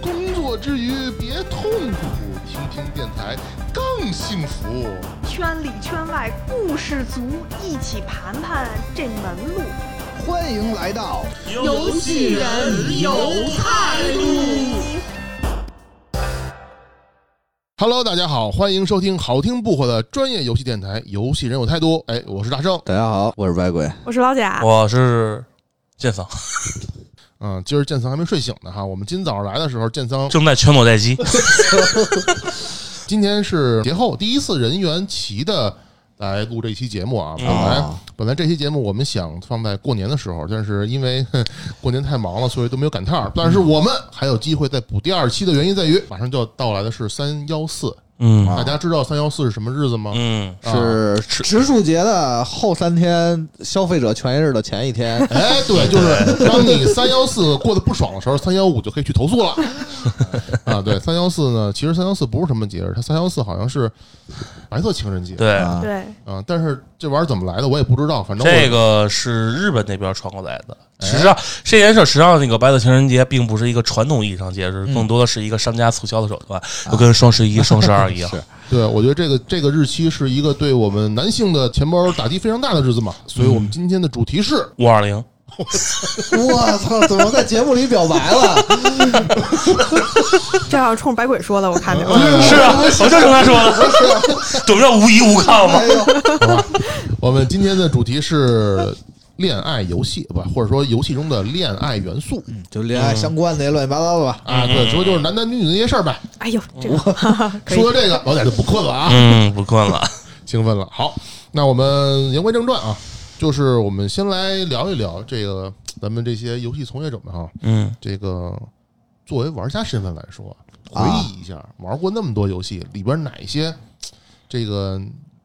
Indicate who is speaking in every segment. Speaker 1: 工作之余别痛苦，听听电台更幸福。
Speaker 2: 圈里圈外故事足，一起盘盘这门路。
Speaker 3: 欢迎来到
Speaker 4: 游戏人有态度。
Speaker 1: Hello，大家好，欢迎收听好听不火的专业游戏电台《游戏人有态度》。哎，我是大圣。
Speaker 3: 大家好，我是白鬼。
Speaker 2: 我是老贾，
Speaker 5: 我是建桑，
Speaker 1: 嗯，今儿建仓还没睡醒呢哈。我们今早上来的时候，建仓
Speaker 5: 正在全裸 待机。
Speaker 1: 今天是节后第一次人员齐的来录这期节目啊。
Speaker 5: 嗯
Speaker 1: 本来、
Speaker 3: 哦
Speaker 1: 本来这期节目我们想放在过年的时候，但是因为 哼过年太忙了，所以都没有赶趟儿。但是我们还有机会再补第二期的原因在于，马上就要到来的是三幺四，
Speaker 5: 嗯
Speaker 1: 大家知道三幺四是什么日子吗？
Speaker 5: 嗯，
Speaker 1: 啊。
Speaker 3: 是植树节的后三天，消费者权益日的前一天
Speaker 1: 哎，对，就是当你三幺四过得不爽的时候，三幺五就可以去投 诉了。啊，对，三幺四呢，其实三幺四不是什么节日，它三幺四好像是白色情人节。
Speaker 5: 对，
Speaker 3: 啊，
Speaker 2: 对，
Speaker 1: 啊，但是这玩意儿怎么来的我也不知道，反正我
Speaker 5: 这个是日本那边传过来的。实际上，这件事儿实际上那个白色情人节并不是一个传统意义上节日，
Speaker 4: 嗯
Speaker 5: 更多的是一个商家促销的手段，就跟双十一、双十二 一样。
Speaker 1: 对我觉得这个这个日期是一个对我们男性的钱包打击非常大的日子嘛，所以我们今天的主题是
Speaker 2: 嗯
Speaker 5: 五二零，
Speaker 3: 我操，怎么在节目里表白了？
Speaker 2: 这要是冲白鬼说的，我看见了。
Speaker 1: 嗯
Speaker 5: 是啊，我就跟他说 的，怎么叫无依无靠吗
Speaker 3: 哎？呦，
Speaker 1: 我们今天的主题是恋爱游戏，不，或者说游戏中的恋爱元素
Speaker 2: 嗯
Speaker 3: 就恋爱相关的乱七八糟的吧。
Speaker 1: 啊，对，说就是男男女女那些事儿呗。
Speaker 2: 哎呦，这个哈哈嗯可以
Speaker 1: 说到这个，老贾就不困了啊。
Speaker 5: 嗯，不困了。
Speaker 1: 兴奋了。好，那我们言归正传啊，就是我们先来聊一聊这个咱们这些游戏从业者们啊哈，
Speaker 5: 嗯，
Speaker 1: 这个作为玩家身份来说，回
Speaker 3: 啊
Speaker 1: 忆一下、玩过那么多游戏里边哪一些这个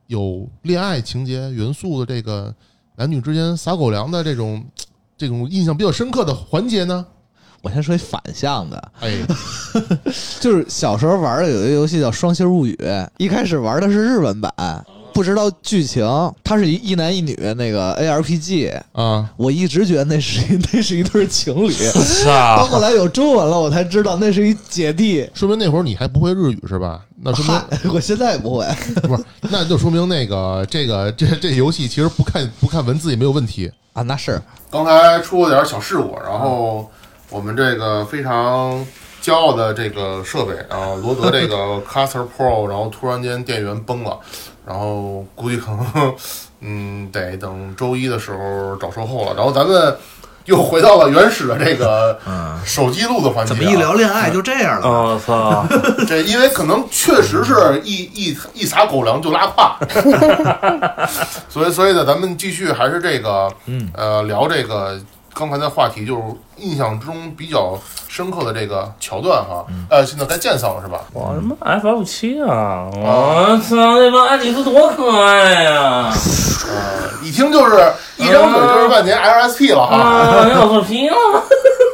Speaker 1: 有恋爱情节元素的这个男女之间撒狗粮的这种这种印象比较深刻的环节呢？
Speaker 3: 我先说一反向的，
Speaker 1: 哎，
Speaker 3: 就是小时候玩的有一个游戏叫《双星物语》，一开始玩的是日文版，不知道剧情，它是一一男一女那个 ARPG。
Speaker 1: 啊，
Speaker 3: 我一直觉得那是一 那是一对情 侣，到
Speaker 5: 操
Speaker 3: 后，来有中文了，我才知道那是一姐弟。
Speaker 1: 说明那会儿你还不会日语是吧？那说明
Speaker 3: 嗨， 我现在也 不会。
Speaker 1: 不是，那就说明那个这个这这游戏其实不看不看文字也没有问题。
Speaker 3: 啊，那是
Speaker 1: 刚才出了点小事故，然后我们这个非常骄傲的这个设备，然后罗德这个 Caster Pro，然后突然间电源崩了，然后估计可能 嗯得等周一的时候找售后了。然后咱们又回到了原始的这个手机录的环节、啊，
Speaker 3: 恋爱就这 样？
Speaker 5: 我操，
Speaker 1: 这因为可能确实是一一一撒狗粮就拉胯， 所以所以呢，咱们继续还是这个，
Speaker 5: 嗯
Speaker 1: 呃，聊这个刚才的话题，就是印象中比较深刻的这个桥段哈。
Speaker 5: 嗯
Speaker 1: 呃，现在该建桑了是吧？
Speaker 5: 我他妈 F F 七啊！我操，那帮爱丽丝多可爱呀！
Speaker 1: 呃，一听就是一张嘴就是万年 LSP 了哈。
Speaker 5: 啊，要做皮了。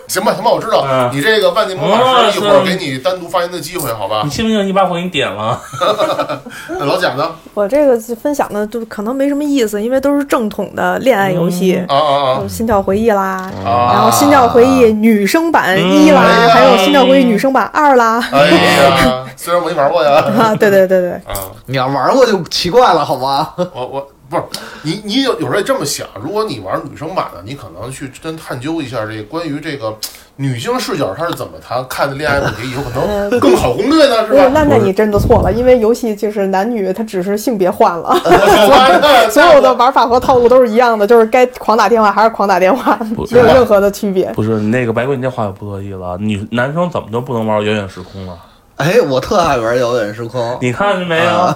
Speaker 1: 行吧行吧，我知道
Speaker 5: 嗯
Speaker 1: 你这个万年魔法师，一
Speaker 5: 嗯
Speaker 1: 会儿给你单独发言的机会，好吧
Speaker 5: 你？信不信一把火给你点了？嗯
Speaker 1: 那老贾呢？
Speaker 6: 我这个分享的就可能没什么意思，因为都是正统的恋爱游戏，
Speaker 1: 啊啊
Speaker 6: 有心跳回忆》啦，
Speaker 1: 啊啊！
Speaker 5: 嗯
Speaker 6: 然后《心跳回忆》女生版一啦，
Speaker 1: 嗯
Speaker 6: 还有《心跳回忆》女生版二啦。
Speaker 1: 哎呀，虽然我没玩过呀，
Speaker 6: 啊，对对对对，
Speaker 1: 啊。
Speaker 3: 你要玩过就奇怪了，好吗？
Speaker 1: 我我不是你，你有有时候也这么想，如果你玩女生版的，你可能去真探究一下这个关于这个女性视角，她是怎么谈看的恋爱问题，有可 能更好攻略呢，是
Speaker 6: 那
Speaker 1: 吧？
Speaker 6: 哎那那你真的错了，因为游戏就是男女，它只是性别 换了，
Speaker 1: 我
Speaker 6: 所有的玩法和套路都是一样的，就是该狂打电话还是狂打电话，没有任何的区别。
Speaker 5: 不是，你那个白鬼，你这话有不得意了。女男生怎么就不能玩远远时空了？
Speaker 7: 哎，我特爱玩遥远时空。
Speaker 5: 你看见没有？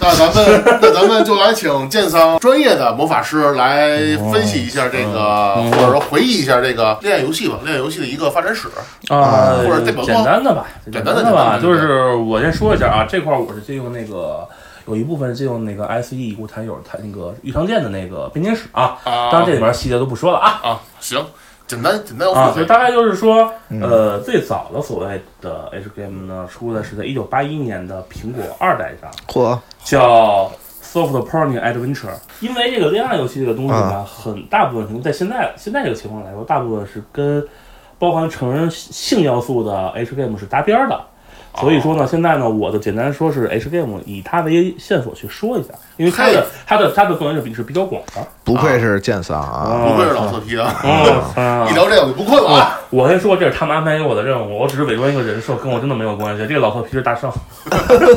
Speaker 1: 那咱们那咱们就来请剑桑专业的魔法师来分析一下这个，
Speaker 5: 嗯
Speaker 1: 或者说回忆一下这个恋爱游戏吧，恋爱游戏的一个发展史。
Speaker 5: 啊，
Speaker 1: 或者这个
Speaker 5: 简单的吧，
Speaker 1: 简
Speaker 5: 简
Speaker 1: 单的
Speaker 5: 的吧，
Speaker 1: 简单的
Speaker 5: 就是我先说一下啊，这块儿我是借用那个。有一部分是借用那个 S E 我谈友谈那个遇上剑的那个编年史啊，
Speaker 1: 啊
Speaker 5: 当然这里边细节都不说了啊。
Speaker 1: 啊，行，简单简单又
Speaker 5: 啊，
Speaker 1: 复
Speaker 5: 就
Speaker 1: 杂。
Speaker 5: 大概就是说，呃，最早的所谓的 H game 呢，出的是在一九八一年的苹果二代上，
Speaker 7: 嚯，
Speaker 5: 叫 Soft Porn Adventure。因为这个恋爱游戏这个东西吧，很大部分程度在现在现在这个情况来说，大部分是跟包含成人性要素的 H game 是搭边儿的。所以说呢，现在呢，我的简单说是 H game 以它为线索去说一下，因为它的它的它的范围是比是比较广的。
Speaker 7: 不愧是剑桑啊！
Speaker 1: 不愧是老色批啊！
Speaker 5: 嗯，
Speaker 1: 一聊这个我就不困了啊！
Speaker 5: 我先说，这是他们安排给我的任务，我只是伪装一个人设，跟我真的没有关系。这个老头皮是大圣。嗯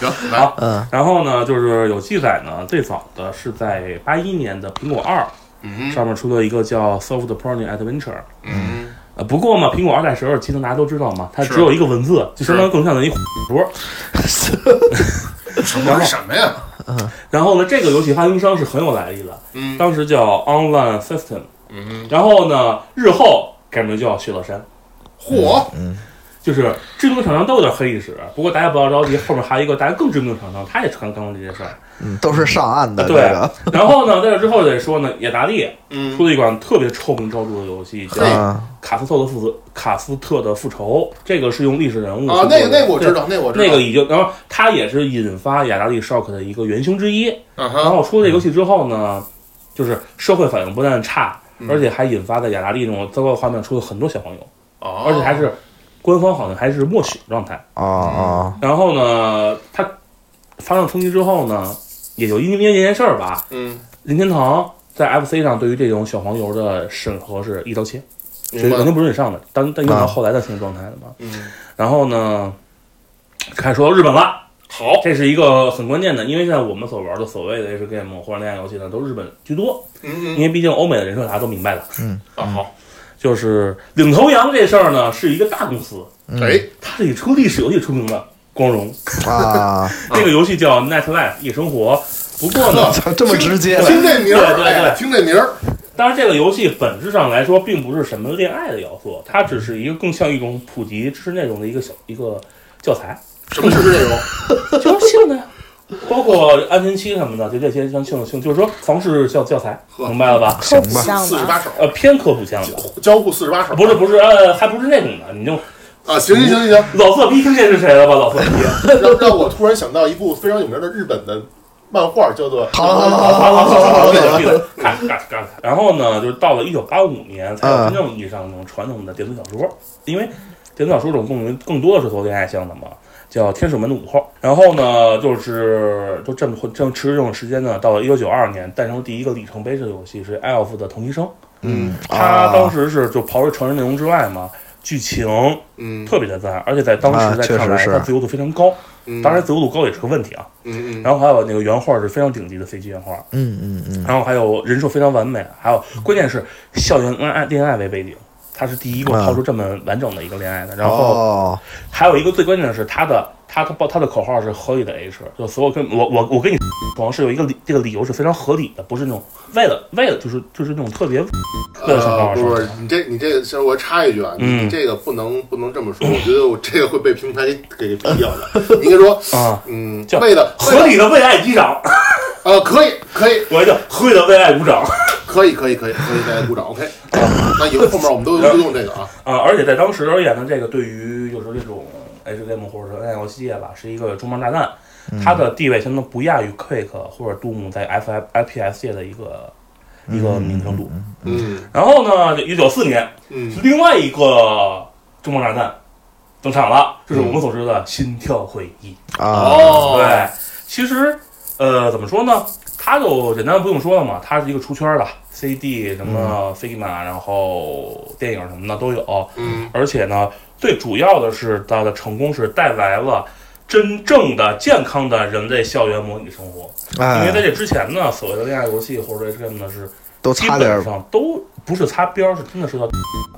Speaker 1: 行，来，
Speaker 5: 然后呢，就是有记载呢，最早的是在八一年的苹果二
Speaker 1: 嗯
Speaker 5: 上面出了一个叫《Soft Porn Adventure》。
Speaker 1: 嗯，
Speaker 5: 呃，不过嘛，苹果二代十二期呢，大家都知道嘛，它
Speaker 1: 是
Speaker 5: 只有一个文字，就相当于更像的一活。
Speaker 1: 什么是什么呀？
Speaker 5: 然后呢，这个游戏发行商是很有来历的，
Speaker 1: 嗯
Speaker 5: 当时叫 Online System，
Speaker 1: 嗯，
Speaker 5: 然后呢，日后改名叫雪乐山。
Speaker 1: 嚯，
Speaker 5: 就是知名的厂商都有点黑历史，不过大家不要着急，后面还有一个大家更知名的厂商，他也刚干过这件事儿。
Speaker 7: 嗯都是上岸的这
Speaker 5: 对
Speaker 7: 个，
Speaker 5: 然后呢，在这之后得说呢，雅达利
Speaker 1: 嗯
Speaker 5: 出了一款特别臭名昭著的游戏，叫
Speaker 1: 对
Speaker 5: 《
Speaker 7: 啊，
Speaker 5: 卡斯特的复仇》，卡斯特的复仇，这个是用历史人物
Speaker 1: 啊，
Speaker 5: 去做的
Speaker 1: 那个那个我知。道，那个我知道，
Speaker 5: 对那个已经，然后它也是引发雅达利 shock 的一个元凶之一。
Speaker 1: 嗯
Speaker 5: 然
Speaker 1: 哼，
Speaker 5: 后出了这游戏之后呢，就是社会反应不但差
Speaker 1: 嗯，
Speaker 5: 而且还引发在雅达利那种糟糕的画面出了很多小黄油，
Speaker 1: 哦，
Speaker 5: 而且还是官方好像还是默许状态。
Speaker 7: 哦哦，
Speaker 5: 然后呢，它发生冲击之后呢，也就因为这件事儿吧，
Speaker 1: 嗯，
Speaker 5: 任天堂在 FC 上对于这种小黄油的审核是一刀切，
Speaker 1: 明
Speaker 5: 是
Speaker 1: 白
Speaker 5: 肯定不准你上的，但但用到后来的现实状态了嘛。
Speaker 1: 嗯，
Speaker 5: 然后呢，开始说到日本了。
Speaker 1: 好，
Speaker 5: 这是一个很关键的，因为现在我们所玩的所谓的 H game 或者恋爱游戏呢，都日本居多，因
Speaker 1: 嗯嗯
Speaker 5: 为毕竟欧美的人设大家都明白了。
Speaker 1: 啊好，
Speaker 5: 就是领头羊这事儿呢，是一个大公司，
Speaker 7: 嗯
Speaker 1: 哎，
Speaker 5: 它是以出历史游戏出名的，光荣。
Speaker 7: 啊，
Speaker 5: 这个游戏叫 Night Life 夜生活。不过呢，
Speaker 7: 这么直 接了
Speaker 1: 听这名儿，
Speaker 5: 对对对
Speaker 1: 哎听这名儿，
Speaker 5: 当然这个游戏本质上来说并不是什么恋爱的要素，它只是一个更像一种普及知识内容的一个小一个教材，
Speaker 1: 什么是这种？
Speaker 5: 就是性的呀，包括安全期什么的，就这些像性性，就是说房事教教材，明白了吧？
Speaker 6: 科普项
Speaker 1: 四十
Speaker 6: 吧，
Speaker 1: 八手，
Speaker 5: 呃，偏科普向的，
Speaker 1: 交互四十八手，
Speaker 5: 不是不是，呃，还不是那种的，你就
Speaker 1: 啊，行行行行行，
Speaker 5: 老色批听见是谁了吧？老色批，
Speaker 1: 让让我突然想到一部非常有名的日本的漫画，叫做《
Speaker 7: 好好好
Speaker 5: 好好好好，看看看。然后呢，就是到了一九八五年，才有真正意义上那种传统的电子小说，因为电子小说这种共鸣更多的是做恋爱向的嘛，叫《天使门的午后》。然后呢，就是就这么正持续这种时间呢，到了一九九二年，诞生第一个里程碑式的游戏是《Elf 的同期生》。
Speaker 7: 嗯，
Speaker 5: 他当
Speaker 7: 时
Speaker 5: 时是就刨除成人内容之外嘛，剧情
Speaker 1: 嗯
Speaker 5: 特别的赞，而且在当
Speaker 7: 啊
Speaker 5: 时在看
Speaker 7: 确实
Speaker 5: 来，
Speaker 7: 是
Speaker 5: 它自由度非常高。
Speaker 1: 嗯
Speaker 5: 当然，自由度高也是个问题啊。
Speaker 1: 嗯嗯，
Speaker 5: 然后还有那个原画是非常顶级的 CG 原画，
Speaker 7: 嗯嗯嗯，
Speaker 5: 然后还有人设非常完美，还有关键是校园恋爱恋爱为背景，他是第一个
Speaker 7: 嗯
Speaker 5: 抛出这么完整的一个恋爱的。然后
Speaker 7: 哦，
Speaker 5: 还有一个最关键的是他的他他报他的口号是合理的 H，就所有跟我我我跟你 床是有一个理这个理由是非常合理的，不是那种为了为了就是就是那种特别 为了上高
Speaker 1: 呃，
Speaker 5: 二
Speaker 7: 啊
Speaker 1: 不是你这你这个，其实我插一句啊，你
Speaker 5: 嗯
Speaker 1: 你这个不能不能这么说，我觉得我这个会被平台给给毙掉的。你应该说，
Speaker 5: 啊，
Speaker 1: 嗯，
Speaker 5: 叫
Speaker 1: 为了为
Speaker 5: 合
Speaker 1: 了
Speaker 5: 理的为爱鼓掌，
Speaker 1: 呃，可以可以
Speaker 5: 我叫合理的为爱鼓掌。
Speaker 1: 可以可以可以可以，大家鼓掌，OK。那以后后面我们都都用这个啊，
Speaker 5: 啊，而且在当时而言呢，这个对于就是这种 H game 或者说 N L 系列吧，是一个中棒炸弹，它的地位相当不亚于 Quake 或者 Doom 在 F F I P S 界的一个一个名称度。
Speaker 1: 嗯
Speaker 5: 然后呢，一九九四年，
Speaker 1: 嗯
Speaker 5: 另外一个中棒炸弹登场了，就是我们所知的《心跳回忆》。
Speaker 7: 啊，
Speaker 1: 哦，
Speaker 5: 对，其实呃，怎么说呢？它就简单不用说了嘛，它是一个出圈儿的 CD 什
Speaker 7: 嗯
Speaker 5: 么 Figma，、然后电影什么的都有。
Speaker 1: 嗯
Speaker 5: 而且呢，最主要的是它的成功是带来了真正的健康的人类校园模拟生活。因为在
Speaker 7: 哎，
Speaker 5: 这之前呢，所谓的恋爱游戏或者这么的是
Speaker 7: 都
Speaker 5: 基
Speaker 7: 差点
Speaker 5: 本
Speaker 7: 儿
Speaker 5: 上都不是擦边儿，是真的是要啊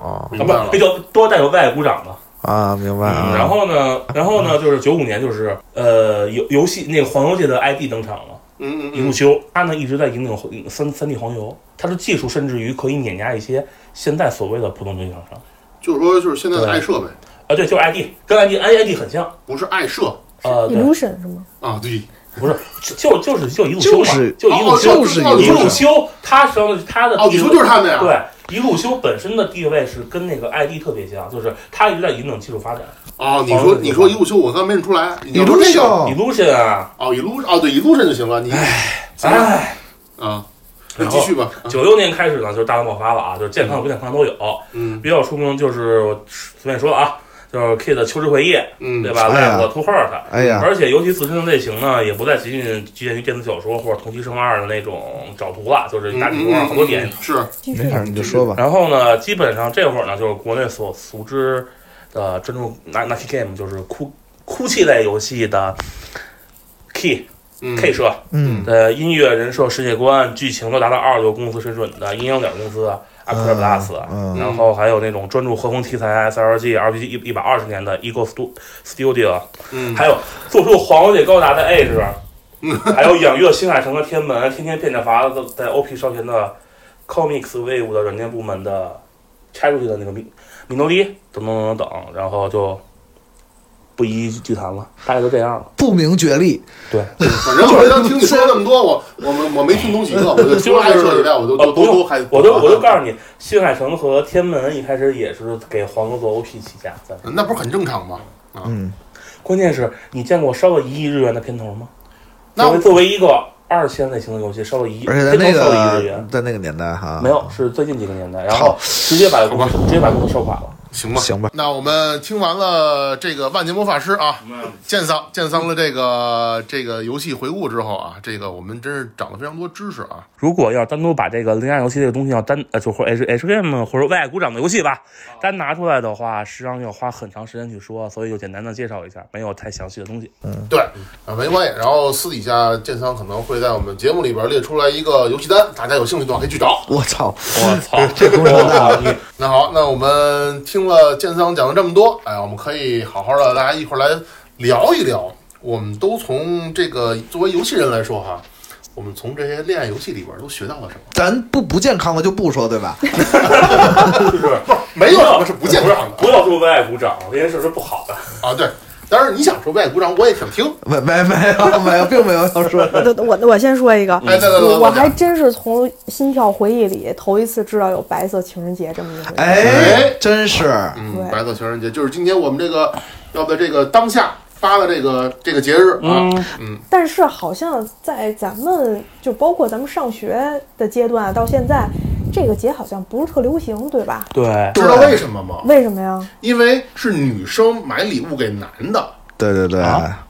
Speaker 7: 哦，
Speaker 1: 明白了
Speaker 5: 不，那叫多带有外鼓掌的，
Speaker 7: 啊，明白啊。
Speaker 5: 嗯，然后呢，然后呢，就是九五年，就是呃游游戏那个黄油界的 ID 登场了，
Speaker 1: 嗯
Speaker 5: 一路修，他呢一直在引领三三 D 黄油，他的技术甚至于可以碾压一些现在所谓的普通游戏厂商
Speaker 1: 就是说就是现在的爱设备，
Speaker 5: 啊，对，就是 ID 跟 ID ID 很像，
Speaker 1: 不是爱设
Speaker 5: 呃，对，
Speaker 6: Illusion 是吗？
Speaker 1: 啊，对，
Speaker 5: 不是，就就是就一路修嘛，
Speaker 7: 就是
Speaker 5: 就一路
Speaker 1: 哦
Speaker 5: 修，
Speaker 7: 就是
Speaker 1: 哦
Speaker 5: 一
Speaker 1: 就
Speaker 5: 路
Speaker 1: 是
Speaker 5: 修，他说他的
Speaker 1: 哦，你说就是他们呀？，
Speaker 5: 对一路修本身的地位是跟那个 ID 特别像，就是他一直在引领技术发展。
Speaker 1: 哦，你说你说一路修，我刚才没认出来，你
Speaker 7: 一
Speaker 1: 要说
Speaker 7: 路
Speaker 1: 这个，
Speaker 7: 秀，
Speaker 5: Illusion 啊，
Speaker 1: 哦，一路哦，对，一路神就行了，你行了
Speaker 5: 哎，
Speaker 1: 啊，那
Speaker 5: 然后
Speaker 1: 继续吧，
Speaker 5: 九六年开始呢，就是大量爆发了啊，就是健康不健康都有。
Speaker 1: 嗯
Speaker 5: 比较出名就是我随便说啊，就是 K 的《秋之回忆》，
Speaker 1: 嗯
Speaker 5: 对，吧？
Speaker 7: 哎呀
Speaker 5: 赖我 Two Heart。
Speaker 7: 哎
Speaker 1: 啊
Speaker 7: 呀，
Speaker 5: 而且，尤其自身的类型呢，也不再仅仅局限于电子小说或者同期生二的那种找图了，就是大
Speaker 1: 嗯
Speaker 5: 体图上啊好多点嗯
Speaker 1: 嗯嗯是
Speaker 6: 继续
Speaker 7: 没事儿，你就说吧。
Speaker 5: 然后呢，基本上这会儿呢，就是国内所熟知的专注 n i k Game，就是哭哭泣类游戏的 Key
Speaker 1: 嗯
Speaker 5: K 社，
Speaker 7: 嗯
Speaker 5: 呃，音乐、人设、世界观、剧情都达到二流公司水准的阴阳两公司 a c r a
Speaker 1: 啊
Speaker 5: Plus，、
Speaker 7: 嗯
Speaker 5: 然后还有那种专注和风题材 SLG、RPG 一一百二十年的 Eagle Stu- Studio，
Speaker 1: 嗯
Speaker 5: 还有做出黄油界高达的 Age，还有养育了新海诚和天门，天天变着法子在 OP 烧钱的 Comics Wave 的软件部门的拆出去的那个米米诺利等等等等等，然后就不一一具谈了，大概就这样了。
Speaker 7: 不明觉厉，
Speaker 5: 对，
Speaker 1: 反正我刚听你说了那么多，我我们我没听懂几个，我就除了爱设以外，我都
Speaker 5: 呃
Speaker 1: 都
Speaker 5: 不
Speaker 1: 都
Speaker 5: 用
Speaker 1: 都还
Speaker 5: 我都我都告诉你，新海诚和天门一开始也是给黄油做 OP 起家的，
Speaker 1: 那不是很正常吗？
Speaker 7: 嗯，
Speaker 5: 关键是你见过烧了一亿日元的片头吗？
Speaker 1: 那
Speaker 5: 作为作为一个二线类型的游戏，烧了一亿，
Speaker 7: 而且在
Speaker 5: 片
Speaker 7: 那
Speaker 5: 头烧了一亿日
Speaker 7: 个
Speaker 5: 元。
Speaker 7: 在那个年代哈，
Speaker 5: 没有，是最近几个年代，然后直接把公司直接把公司收垮了。
Speaker 1: 行吧，
Speaker 7: 行吧。
Speaker 1: 那我们听完了这个万劫魔法师啊，
Speaker 5: 嗯
Speaker 1: 鉴赏鉴赏了这个这个游戏回顾之后啊，这个我们真是长了非常多知识啊。
Speaker 5: 如果要单独把这个零压游戏这个东西要单呃，就或者 H H game 或者为爱鼓掌的游戏吧，单拿出来的话，实际上要花很长时间去说，所以就简单的介绍一下，没有太详细的东西。
Speaker 1: 对，啊，没关系。然后私底下建仓可能会在我们节目里边列出来一个游戏单，大家有兴趣的话可以去找。
Speaker 7: 我操，
Speaker 5: 我操，这工程大了！
Speaker 1: 那好，那我们听了建仓讲了这么多，哎，我们可以好好的大家一块儿来聊一聊。我们都从这个作为游戏人来说哈，我们从这些恋爱游戏里边都学到了什么？
Speaker 7: 咱不不健康的就不说对吧？
Speaker 1: 不是，没有什么是不健康的
Speaker 5: 不要说为爱鼓掌，这件事是不好的。
Speaker 1: 啊。对，当然你想说为爱鼓掌，我也想听。
Speaker 7: 没没没有没有，并没有要 说的。
Speaker 6: 我我我先说一
Speaker 7: 嗯
Speaker 6: 个，
Speaker 1: 哎，对对对，
Speaker 6: 嗯我我
Speaker 1: 大家
Speaker 6: 还真是从《心跳回忆》里头一次知道有白色情人节这么一回事。
Speaker 7: 哎，真是
Speaker 1: 嗯，
Speaker 6: 对
Speaker 1: 白色情人节就是今天我们这个要在这个当下发的这个这个节日
Speaker 6: 嗯
Speaker 5: 嗯
Speaker 1: 啊，
Speaker 6: 但是好像在咱们就包括咱们上学的阶段啊到现在，这个节好像不是特流行，对吧？
Speaker 5: 对，
Speaker 1: 知道为什么吗？
Speaker 6: 为什么呀？
Speaker 1: 因为是女生买礼物给男的，
Speaker 7: 对对对，
Speaker 5: 啊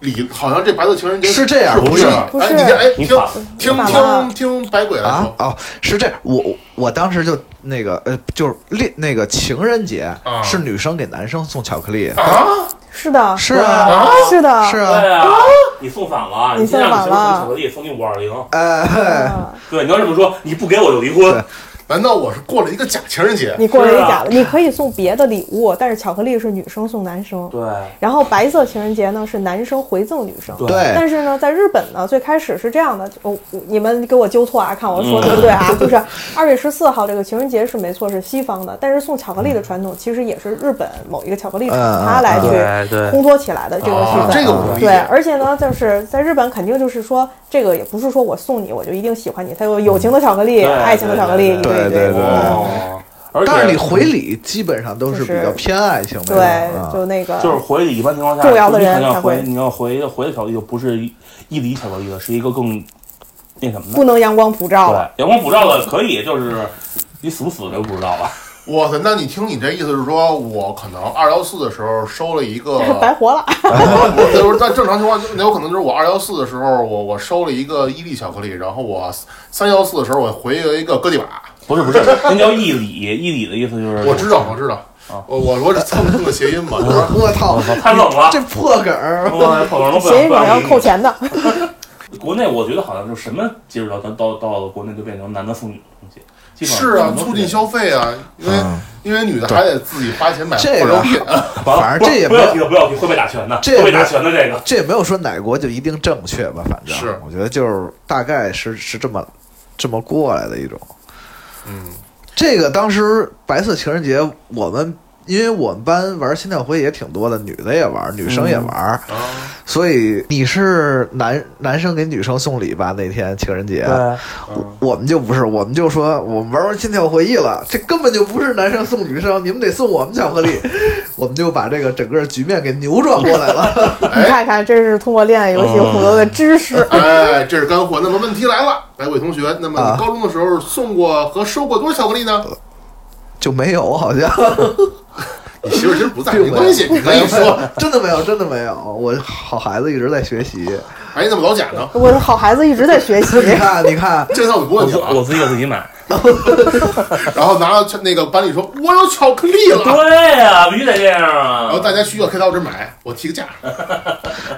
Speaker 1: 礼好像这白色情人节
Speaker 7: 是这样
Speaker 1: 是不
Speaker 7: 不
Speaker 1: 是
Speaker 7: 是？
Speaker 6: 不
Speaker 1: 哎，
Speaker 6: 是
Speaker 1: 你先哎，
Speaker 5: 你
Speaker 1: 听
Speaker 5: 反
Speaker 1: 听
Speaker 6: 你反了
Speaker 1: 听听百鬼来
Speaker 7: 啊
Speaker 1: 说，
Speaker 7: 哦，是这样，我我我当时就那个呃，就是恋那个情人节
Speaker 1: 啊
Speaker 7: 是女生给男生送巧克力，
Speaker 1: 啊，
Speaker 6: 是的，
Speaker 7: 是啊
Speaker 6: 是的，
Speaker 7: 是啊，
Speaker 5: 对啊，你送反了，
Speaker 6: 你
Speaker 5: 先让你
Speaker 6: 送反了
Speaker 5: 送巧克力，送你五二零。
Speaker 7: 哎，
Speaker 6: 嗯
Speaker 5: 对，你要这么说，你不给我就离婚。
Speaker 1: 难道我是过了一个假情人节？
Speaker 6: 你过了一假了，你可以送别的礼物，但是巧克力是女生送男生。
Speaker 5: 对
Speaker 6: 然后白色情人节呢是男生回赠女生。
Speaker 7: 对
Speaker 6: 但是呢，在日本呢，最开始是这样的，哦，你们给我纠错啊，看我说对不对啊？就是二月十四号这个情人节是没错，是西方的，但是送巧克力的传统其实也是日本某一个巧克力厂
Speaker 7: 嗯
Speaker 6: 它来
Speaker 5: 对
Speaker 6: 去
Speaker 5: 对
Speaker 6: 烘托起来的这个气
Speaker 1: 啊
Speaker 6: 氛。
Speaker 1: 这个我能理解
Speaker 6: 对，而且呢，就是在日本肯定就是说，这个也不是说我送你我就一定喜欢你，它有友情的巧克力、
Speaker 5: 对
Speaker 6: 爱情的巧克力，一
Speaker 5: 对
Speaker 6: 堆一堆
Speaker 7: 对对对
Speaker 5: 哦，而且
Speaker 7: 但是你回礼基本上都是比
Speaker 6: 就是
Speaker 7: 较偏爱情的，
Speaker 6: 对，
Speaker 7: 啊
Speaker 6: 就那个
Speaker 5: 就是回礼，一般情况下，
Speaker 6: 重要的人
Speaker 5: 你肯定要
Speaker 6: 才
Speaker 5: 回，
Speaker 6: 会
Speaker 5: 你要回回的巧克力就不是一一礼巧克力了，是一个更那什么的。
Speaker 6: 不能阳光普照了。
Speaker 5: 对，阳光普照的可以，就是你死不死就不知道了。
Speaker 1: 哇塞，那你听你这意思是说我可能二幺四的时候收了一个
Speaker 6: 白活了，
Speaker 1: 我 就是在正常情况下，那有可能就是我二幺四的时候，我我收了一个伊利巧克力，然后我三幺四的时候我回了一个哥地瓦。
Speaker 5: 不是不是，那叫一礼，一礼的意思就是
Speaker 1: 我知道，我知道，
Speaker 7: 啊
Speaker 1: 我我我蹭蹭个谐音嘛，就是
Speaker 7: 我操，
Speaker 5: 太冷了。
Speaker 7: 这破梗儿，
Speaker 5: 我跑 龙不
Speaker 6: 协
Speaker 5: 想
Speaker 6: 议里面要扣。钱的。
Speaker 5: 不想理你国内我觉得好像就什么节日到到到到国内就变成男的送女的东西，基本上
Speaker 1: 是啊，
Speaker 5: 很多
Speaker 1: 促进消费啊，因为
Speaker 7: 嗯
Speaker 1: 因为女的还得自己花钱买化
Speaker 7: 这
Speaker 1: 妆
Speaker 7: 个
Speaker 1: 品啊，
Speaker 5: 完了
Speaker 7: 反正这也
Speaker 5: 不不
Speaker 7: 没有
Speaker 5: 要提了，不要提，会被打拳的，
Speaker 7: 这也
Speaker 5: 会被
Speaker 7: 没
Speaker 5: 打拳的这个。
Speaker 7: 这也没有说哪国就一定正确吧，反正
Speaker 1: 啊是
Speaker 7: 我觉得就是大概是是这么这么过来的一种。
Speaker 1: 嗯，
Speaker 7: 这个当时白色情人节，我们因为我们班玩心跳灰也挺多的，女的也玩，女生也玩，
Speaker 1: 哦
Speaker 7: 所以你是男男生给女生送礼吧？那天情人节，我我们就不是，我们就说我们玩完心跳回忆了，这根本就不是男生送女生，你们得送我们巧克力， 我们就把这个整个局面给扭转过来了。
Speaker 6: 你看看，这是通过恋爱游戏获得的知识。
Speaker 1: 哎，这是干货。那么问题来了，白鬼同学，那么
Speaker 7: 啊
Speaker 1: 你高中的时候送过和收过多少巧克力呢？
Speaker 7: 就没有，好像
Speaker 1: 你媳妇儿其实 不在，
Speaker 7: 并
Speaker 1: 没关系，你可以说。，
Speaker 7: 真的没有，真的没有。我好孩子一直在学习，
Speaker 1: 哎，那么老贾呢？
Speaker 6: 我的好孩子一直在学习
Speaker 7: 你，看，你看，
Speaker 1: 这套我不
Speaker 5: 我
Speaker 1: 问你
Speaker 5: 自我
Speaker 1: 了。啊
Speaker 5: 自己给自己买。
Speaker 1: 然后拿到去那个班里说，我有巧克力了。
Speaker 5: 对呀，必须得这样啊
Speaker 1: 然后。大家需要可以到我这儿买，我提个价。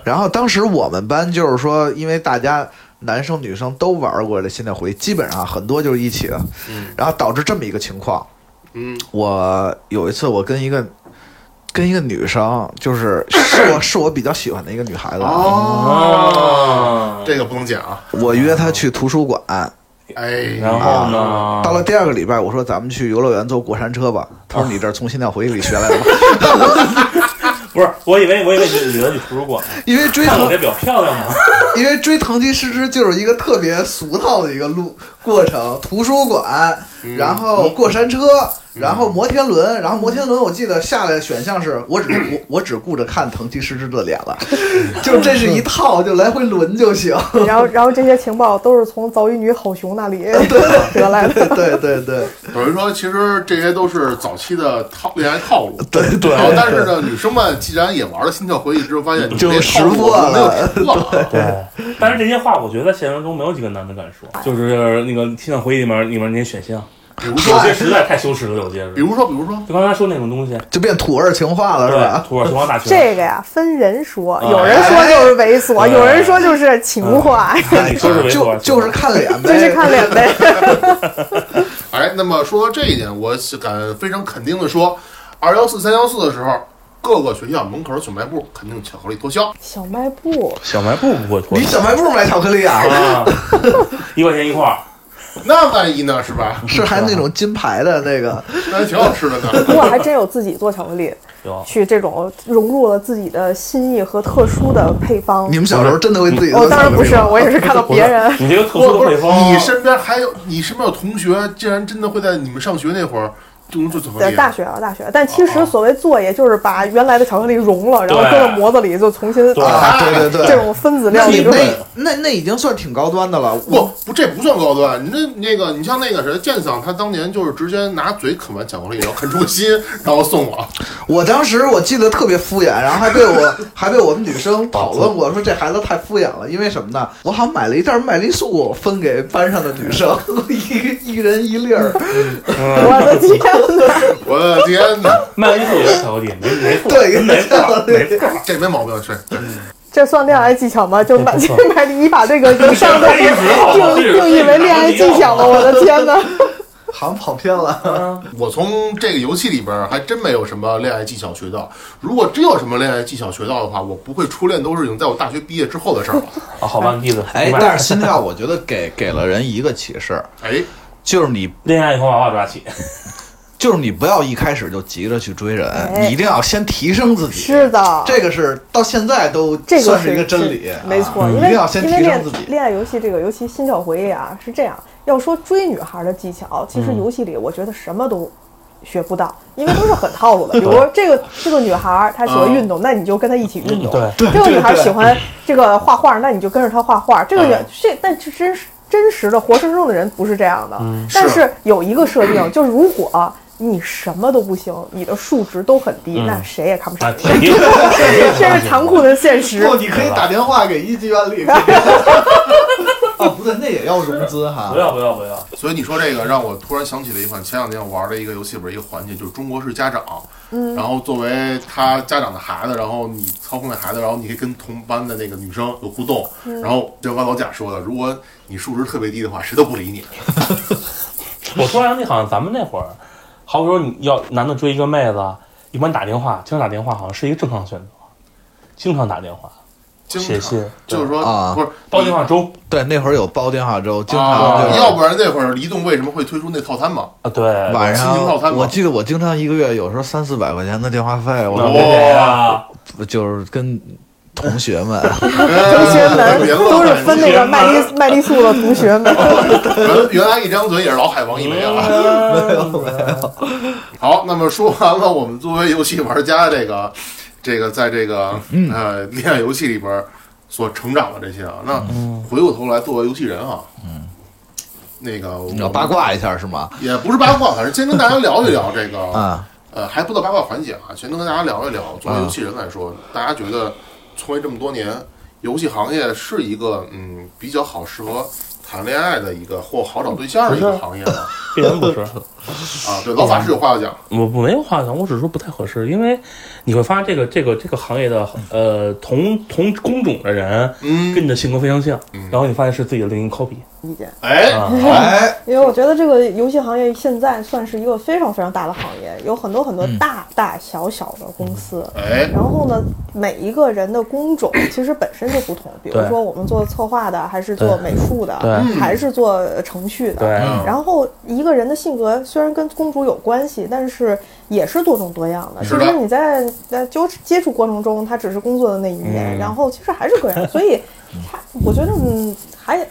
Speaker 7: 然后当时我们班就是说，因为大家男生女生都玩过这心跳回忆，基本上很多就是一起的，然后导致这么一个情况。
Speaker 1: 嗯，
Speaker 7: 我有一次我跟一个跟一个女生，就是是 我是我比较喜欢的一个女孩子，啊
Speaker 1: 哦，
Speaker 5: 啊，
Speaker 1: 这个不能讲啊。
Speaker 7: 我约她去图书馆。
Speaker 1: 哎，
Speaker 5: 然后呢？
Speaker 7: 啊到了第二个礼拜，我说咱们去游乐园坐过山车吧。她说你这儿从心跳回忆里学来的吗？
Speaker 5: 不是，我以为我以为你觉得去图书 馆，
Speaker 7: 因为追
Speaker 5: 看我
Speaker 7: 藤
Speaker 5: 这，表漂亮吗？
Speaker 7: 因为追藤吉诗之就是一个特别俗套的一个路过程，图书馆，然后过山车，然后摩天轮，然后摩天轮，我记得下来的选项是我只 我我只顾着看藤吉诗之的脸了，就这是一套，就来回轮就行。
Speaker 6: 然后 然后这些情报都是从早乙女吼熊那里 得来的。
Speaker 7: 对对对
Speaker 1: 嗯等于说，其实这些都是早期的套恋爱套路。
Speaker 7: 对对
Speaker 1: 然后，但是呢，女生们既然也玩了心跳回忆之后，发现你
Speaker 7: 就
Speaker 1: 这
Speaker 7: 识
Speaker 1: 套路
Speaker 7: 破
Speaker 1: 我没有
Speaker 7: 了
Speaker 1: 识破 了。
Speaker 5: 对，但是这些话我觉得在现实中没有几个男的敢说，就是那个《听到回忆》里面里面那些选项，
Speaker 1: 比如
Speaker 5: 有
Speaker 1: 说，哎
Speaker 5: 些实在太羞耻了，有些
Speaker 1: 比
Speaker 5: 是。
Speaker 1: 如说，比如说，
Speaker 5: 就刚才说那种东西，
Speaker 7: 就变土味情话了是
Speaker 5: 对，
Speaker 7: 吧？
Speaker 5: 土耳其王大学，
Speaker 6: 这个呀，分人说，
Speaker 5: 嗯
Speaker 6: 有人说就是猥琐，
Speaker 5: 哎
Speaker 6: 有人说就是情话，
Speaker 5: 你说是猥
Speaker 7: 就
Speaker 5: 琐，
Speaker 7: 就是看脸呗，
Speaker 6: 就是看脸呗。
Speaker 1: 哎，那么说到这一点，我敢非常肯定的说，二幺四、三幺四的时候，各个学校门口小卖部肯定巧克力脱销。
Speaker 6: 小卖部，
Speaker 5: 小卖部不会脱
Speaker 7: 你小卖部买巧克力啊？
Speaker 5: 啊，一块钱一块儿，
Speaker 1: 那万一呢，是吧？
Speaker 7: 是还那种金牌的那个，
Speaker 1: 那还挺好吃的
Speaker 6: 不
Speaker 1: 呢。
Speaker 6: 过还真有自己做巧克力，
Speaker 5: 有
Speaker 6: 去这种融入了自己的心意和特殊的配方
Speaker 7: 你。们小时候真的会自己做
Speaker 6: 哦，当
Speaker 7: 巧
Speaker 6: 然
Speaker 7: 克
Speaker 6: 不
Speaker 7: 力
Speaker 6: 是，
Speaker 7: 吗？
Speaker 6: 我也是看到别人。
Speaker 5: 你这个特
Speaker 1: 不是
Speaker 5: 殊
Speaker 1: 不
Speaker 5: 的配
Speaker 1: 是，
Speaker 7: 哦
Speaker 5: 方，
Speaker 1: 你身边还有你身边有同学，竟然真的会在你们上学那会儿就能做巧克
Speaker 6: 在
Speaker 1: 力？
Speaker 6: 大学啊，大学，但其实所谓做，也就是把原来的巧克力融了，然后
Speaker 5: 对
Speaker 6: 搁到模子里，就重新
Speaker 5: 对
Speaker 7: 啊，对对 对，
Speaker 6: 这种分子料
Speaker 7: 那
Speaker 6: 理
Speaker 7: 你
Speaker 6: 中
Speaker 7: 那
Speaker 5: 对
Speaker 7: 那那已经算挺高端的了。
Speaker 1: 不
Speaker 7: 我
Speaker 1: 不，这不算高端。你这那个，你像那个谁，建桑，他当年就是直接拿嘴啃完巧克力，然后啃出个心，然后送我。
Speaker 7: 我当时我记得特别敷衍，然后还被我 还被我们女生讨论过，说这孩子太敷衍了。因为什么呢？我好像买了一袋麦丽素分给班上的 女生，一一人一粒儿。
Speaker 5: 嗯
Speaker 6: 我的天哪！
Speaker 1: 我的天哪，
Speaker 5: 麦丽素也是巧克力，没没错，
Speaker 7: 对
Speaker 5: 没错，没错。
Speaker 1: 这没毛病，是
Speaker 6: 这算恋爱技巧吗？就 买
Speaker 5: 不
Speaker 6: 这
Speaker 5: 错
Speaker 6: 买你把 这个以上的定
Speaker 5: 定
Speaker 6: 定义为恋爱技巧吗？我的天哪！
Speaker 7: 好像跑偏了。
Speaker 5: 啊
Speaker 1: 我从这个游戏里边儿还真没有什么恋爱技巧学到。如果真有什么恋爱技巧学到的话，我不会初恋都是已经在我大学毕业之后的事儿了。
Speaker 5: 啊，好吧，例子，
Speaker 3: 哎
Speaker 5: 明，白
Speaker 3: 但是心跳，我觉得给给了人一个启示，
Speaker 1: 哎，
Speaker 3: 就是你
Speaker 5: 恋爱从娃娃抓起，
Speaker 3: 就是你不要一开始就急着去追人，
Speaker 6: 哎
Speaker 3: 你一定要先提升自己。
Speaker 6: 是的，
Speaker 7: 这个是到现在都
Speaker 6: 这个
Speaker 7: 算是一个真理，
Speaker 6: 没错，
Speaker 7: 啊
Speaker 6: 因
Speaker 7: 一
Speaker 6: 为
Speaker 7: 定要先
Speaker 6: 因为
Speaker 7: 提
Speaker 6: 恋
Speaker 7: 升自己。
Speaker 6: 恋爱游戏这个，尤其心跳回忆啊，是这样。要说追女孩的技巧，其实
Speaker 7: 嗯
Speaker 6: 游戏里我觉得什么都学不到，因为都是很套路的。比如说这个这个女孩她喜欢运动，那你就跟她一起 运动；
Speaker 5: 嗯对
Speaker 6: 这个女孩
Speaker 7: 嗯对对嗯
Speaker 6: 喜欢这个画画，那你就跟着她画画。这个人这但是真实真实的活生生的人不是这样的，
Speaker 5: 嗯
Speaker 6: 但是有一个设定，就是如果。你什么都不行，你的数值都很低，那谁也看不上
Speaker 5: 啊，
Speaker 6: 你。
Speaker 5: 肯定，
Speaker 6: 这是残酷的现实。
Speaker 7: 不，哦你可以打电话给一级院里。 哦，不对，那也要融资 哈
Speaker 5: 不。要不要不要，
Speaker 1: 所以你说这个让我突然想起了一款前两天我玩的一个游戏里边一个环节，就是中国式家长。嗯，然后作为他家长的孩子，然后你操控那孩子，然后你可以跟同班的那个女生有互动。
Speaker 6: 嗯
Speaker 1: 然后就刚才老贾说的，如果你数值特别低的话，谁都不理你。
Speaker 5: 我突然想起，好像咱们那会儿，好比说你要男的追一个妹子，一般打电话，经常打电话，好像是一个正常选择，经常打电话、
Speaker 1: 经
Speaker 5: 写
Speaker 1: 常
Speaker 5: 信，对
Speaker 1: 就是说
Speaker 7: 啊
Speaker 1: 不是
Speaker 5: 煲电话粥
Speaker 7: 对，那会儿有煲电话粥，经常
Speaker 1: 啊
Speaker 7: 就，是
Speaker 1: 要不然那会儿移动为什么会推出那套餐嘛？
Speaker 5: 啊，对，
Speaker 7: 晚
Speaker 1: 亲情套餐
Speaker 7: 上，
Speaker 1: 嘛
Speaker 7: 我记得我经常一个月有时候三四百块钱的电话费，
Speaker 5: 那啊
Speaker 7: 我
Speaker 5: 别这样，
Speaker 7: 就是跟同学 们，
Speaker 5: 呃
Speaker 6: 同学们
Speaker 1: 别乐
Speaker 6: 都是分那个麦丽麦丽素的同学们。
Speaker 5: 哦
Speaker 1: 原原来一张嘴也是老海王一枚啊。
Speaker 5: 没有没有，
Speaker 1: 好，那么说完了，我们作为游戏玩家这 个这个在这个
Speaker 7: 嗯
Speaker 1: 呃恋爱游戏里边儿所成长的这些啊，那
Speaker 7: 嗯
Speaker 1: 回过头来作为游戏人啊，那个我
Speaker 7: 你嗯要八卦一下是吗？
Speaker 1: 也不是八卦，反正先跟大家聊一聊这个，
Speaker 7: 啊，
Speaker 1: 呃，还不到八卦环节啊，先跟大家聊一聊。作为游戏人来
Speaker 7: 啊
Speaker 1: 说，大家觉得从业这么多年，游戏行业是一个嗯比较好适合谈恋爱的一个或好找对象的一
Speaker 5: 不
Speaker 1: 个
Speaker 5: 是
Speaker 1: 行业吗？
Speaker 5: 必然不是。
Speaker 1: 啊，对，老法师有话要讲，
Speaker 5: 我我没有话讲，我只是说不太合适，因为你会发现这个这个这个行业的呃同同工种的人
Speaker 1: 嗯
Speaker 5: 跟，你的性格非常像，然后你发现是自己的另一 copy
Speaker 6: 意见，
Speaker 1: 哎，
Speaker 5: 啊，
Speaker 7: 哎，
Speaker 6: 因为我觉得这个游戏行业现在算是一个非常非常大的行业，有很多很
Speaker 5: 嗯
Speaker 6: 多大大小小的公司。
Speaker 1: 哎，
Speaker 6: 然后呢，每一个人的工种其实本身就不同，比如
Speaker 5: 对
Speaker 6: 说我们做策划的，还是做
Speaker 5: 对
Speaker 6: 美术的，
Speaker 5: 对
Speaker 6: 还是做程序的。
Speaker 5: 对，
Speaker 7: 嗯
Speaker 1: 哎嗯
Speaker 6: 然后一个人的性格虽然跟公主有关系，但是也是多种多样的。
Speaker 1: 是
Speaker 6: 其
Speaker 1: 的
Speaker 6: 实你在在接接触过程中，他只是工作的那一面，
Speaker 5: 嗯
Speaker 6: 然后其实还是个人，所以他我觉得嗯还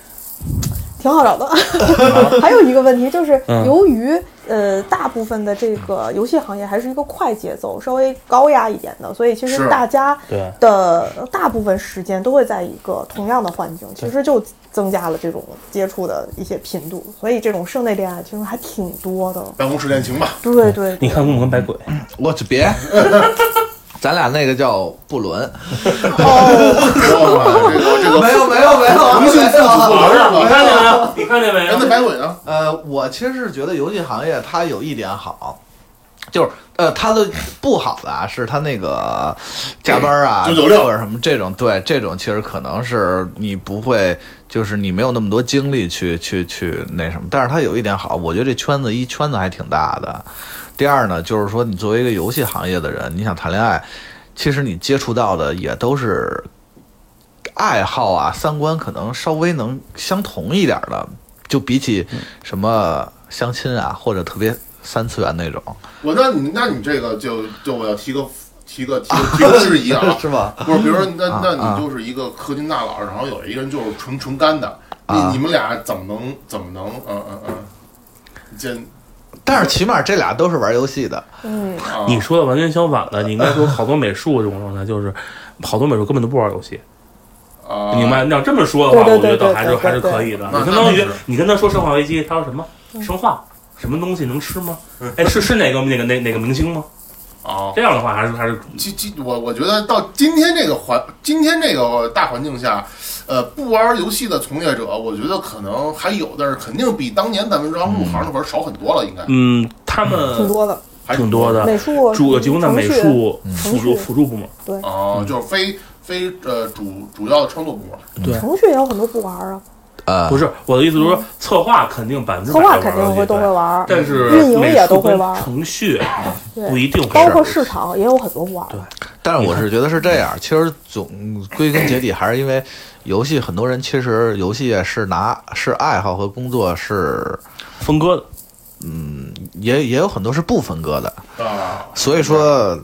Speaker 6: 挺好找的。还有一个问题就是，
Speaker 5: 嗯
Speaker 6: 由于呃大部分的这个游戏行业还是一个快节奏、稍微高压一点的，所以其
Speaker 1: 是
Speaker 6: 实大家
Speaker 5: 对
Speaker 6: 的大部分时间都会在一个同样的环境，其实就增加了这种接触的一些频度，所以这种室内恋爱其实还挺多的。
Speaker 1: 办公室恋情吧，
Speaker 6: 对对
Speaker 5: 你
Speaker 6: 对，
Speaker 5: 看我跟白鬼，
Speaker 1: 嗯
Speaker 7: 我去别， 咱俩那个叫不伦，
Speaker 1: 哦，这个这个
Speaker 7: 没有没有没有，
Speaker 1: 同性父子不伦是
Speaker 5: 你
Speaker 1: 吧？
Speaker 5: 看见没有？啊你看见没
Speaker 1: 哎，那
Speaker 5: 有？
Speaker 1: 白鬼呢？
Speaker 7: 呃，我其实是觉得游戏行业它有一点好，就是呃，它的不好的啊是它那个加班啊，
Speaker 1: 996
Speaker 7: 或者什么这种，对这种其实可能是你不会，就是你没有那么多精力去去去那什么。但是它有一点好，我觉得这圈子一圈子还挺大的。第二呢，就是说你作为一个游戏行业的人，你想谈恋爱，其实你接触到的也都是爱好啊、三观可能稍微能相同一点的，就比起什么相亲啊，或者特别三次元那种，，
Speaker 1: 我那你那你这个就就我要提个提个提个提个质疑啊
Speaker 7: 是吧？
Speaker 1: 不是，比如说那
Speaker 7: 啊
Speaker 1: 那
Speaker 7: 啊
Speaker 1: 你就是一个氪金大佬，然后有一个人就是纯纯干的，你
Speaker 7: 啊
Speaker 1: 你们俩怎么能怎么能嗯嗯嗯，这
Speaker 7: 但是起码这俩都是玩游戏的，
Speaker 6: 嗯，
Speaker 1: 啊
Speaker 5: 你说的完全相反的，你应该说好多美术这种状态就是。好多美术根本都不玩游戏，
Speaker 1: 啊
Speaker 5: 你们要这么说的话，
Speaker 6: 对
Speaker 5: 我
Speaker 6: 对
Speaker 5: 觉
Speaker 6: 对
Speaker 5: 得还是
Speaker 6: 对对嗯
Speaker 5: 还是可以的。
Speaker 1: 对
Speaker 5: 你跟
Speaker 1: 那
Speaker 5: 他
Speaker 1: 那
Speaker 5: 学
Speaker 1: 是，
Speaker 5: 你跟他说《生化危机》，他说什么？生化什么东西能吃吗？
Speaker 1: 嗯
Speaker 5: 哎，是是哪个哪个哪哪个明星吗？
Speaker 1: 啊。
Speaker 5: 这样的话还是还是
Speaker 1: 今今我我觉得到今天这个环，今天这个大环境下，呃，不玩游戏的从业者，我觉得可能还有，但是肯定比当年咱们刚入行那会儿少很多了，应该
Speaker 5: 嗯，他
Speaker 6: 挺
Speaker 5: 们
Speaker 6: 多的，
Speaker 1: 还啊
Speaker 5: 挺多的，
Speaker 6: 美术、
Speaker 5: 呃主集中在
Speaker 6: 程
Speaker 5: 美
Speaker 6: 序，
Speaker 5: 术辅
Speaker 6: 程
Speaker 5: 助
Speaker 6: 序
Speaker 5: 辅助部门。
Speaker 1: 哦，
Speaker 5: 嗯
Speaker 1: 就是非非呃主主要的创作部门，
Speaker 6: 程序也有很多不玩啊，
Speaker 7: 呃，
Speaker 5: 不是我的意思，就是说策划肯定百分之
Speaker 6: 嗯策
Speaker 5: 百
Speaker 6: 划
Speaker 5: 玩
Speaker 6: 肯
Speaker 5: 游
Speaker 6: 定
Speaker 5: 戏
Speaker 6: 会都会
Speaker 5: 对
Speaker 6: 玩，
Speaker 5: 但是
Speaker 6: 运营
Speaker 5: 美
Speaker 6: 也
Speaker 5: 术
Speaker 6: 都会
Speaker 5: 跟
Speaker 6: 玩
Speaker 5: 程序不
Speaker 6: 对，
Speaker 5: 一定会
Speaker 6: 包
Speaker 5: 是
Speaker 6: 括市场也有很多不玩
Speaker 5: 对
Speaker 6: 的。
Speaker 7: 但是我是觉得是这样，其实总归根结底还是因为游戏，很多人其实游戏是拿是爱好和工作是
Speaker 5: 峰哥的，
Speaker 7: 也也有很多是不分割的，
Speaker 1: 啊，
Speaker 7: 所以说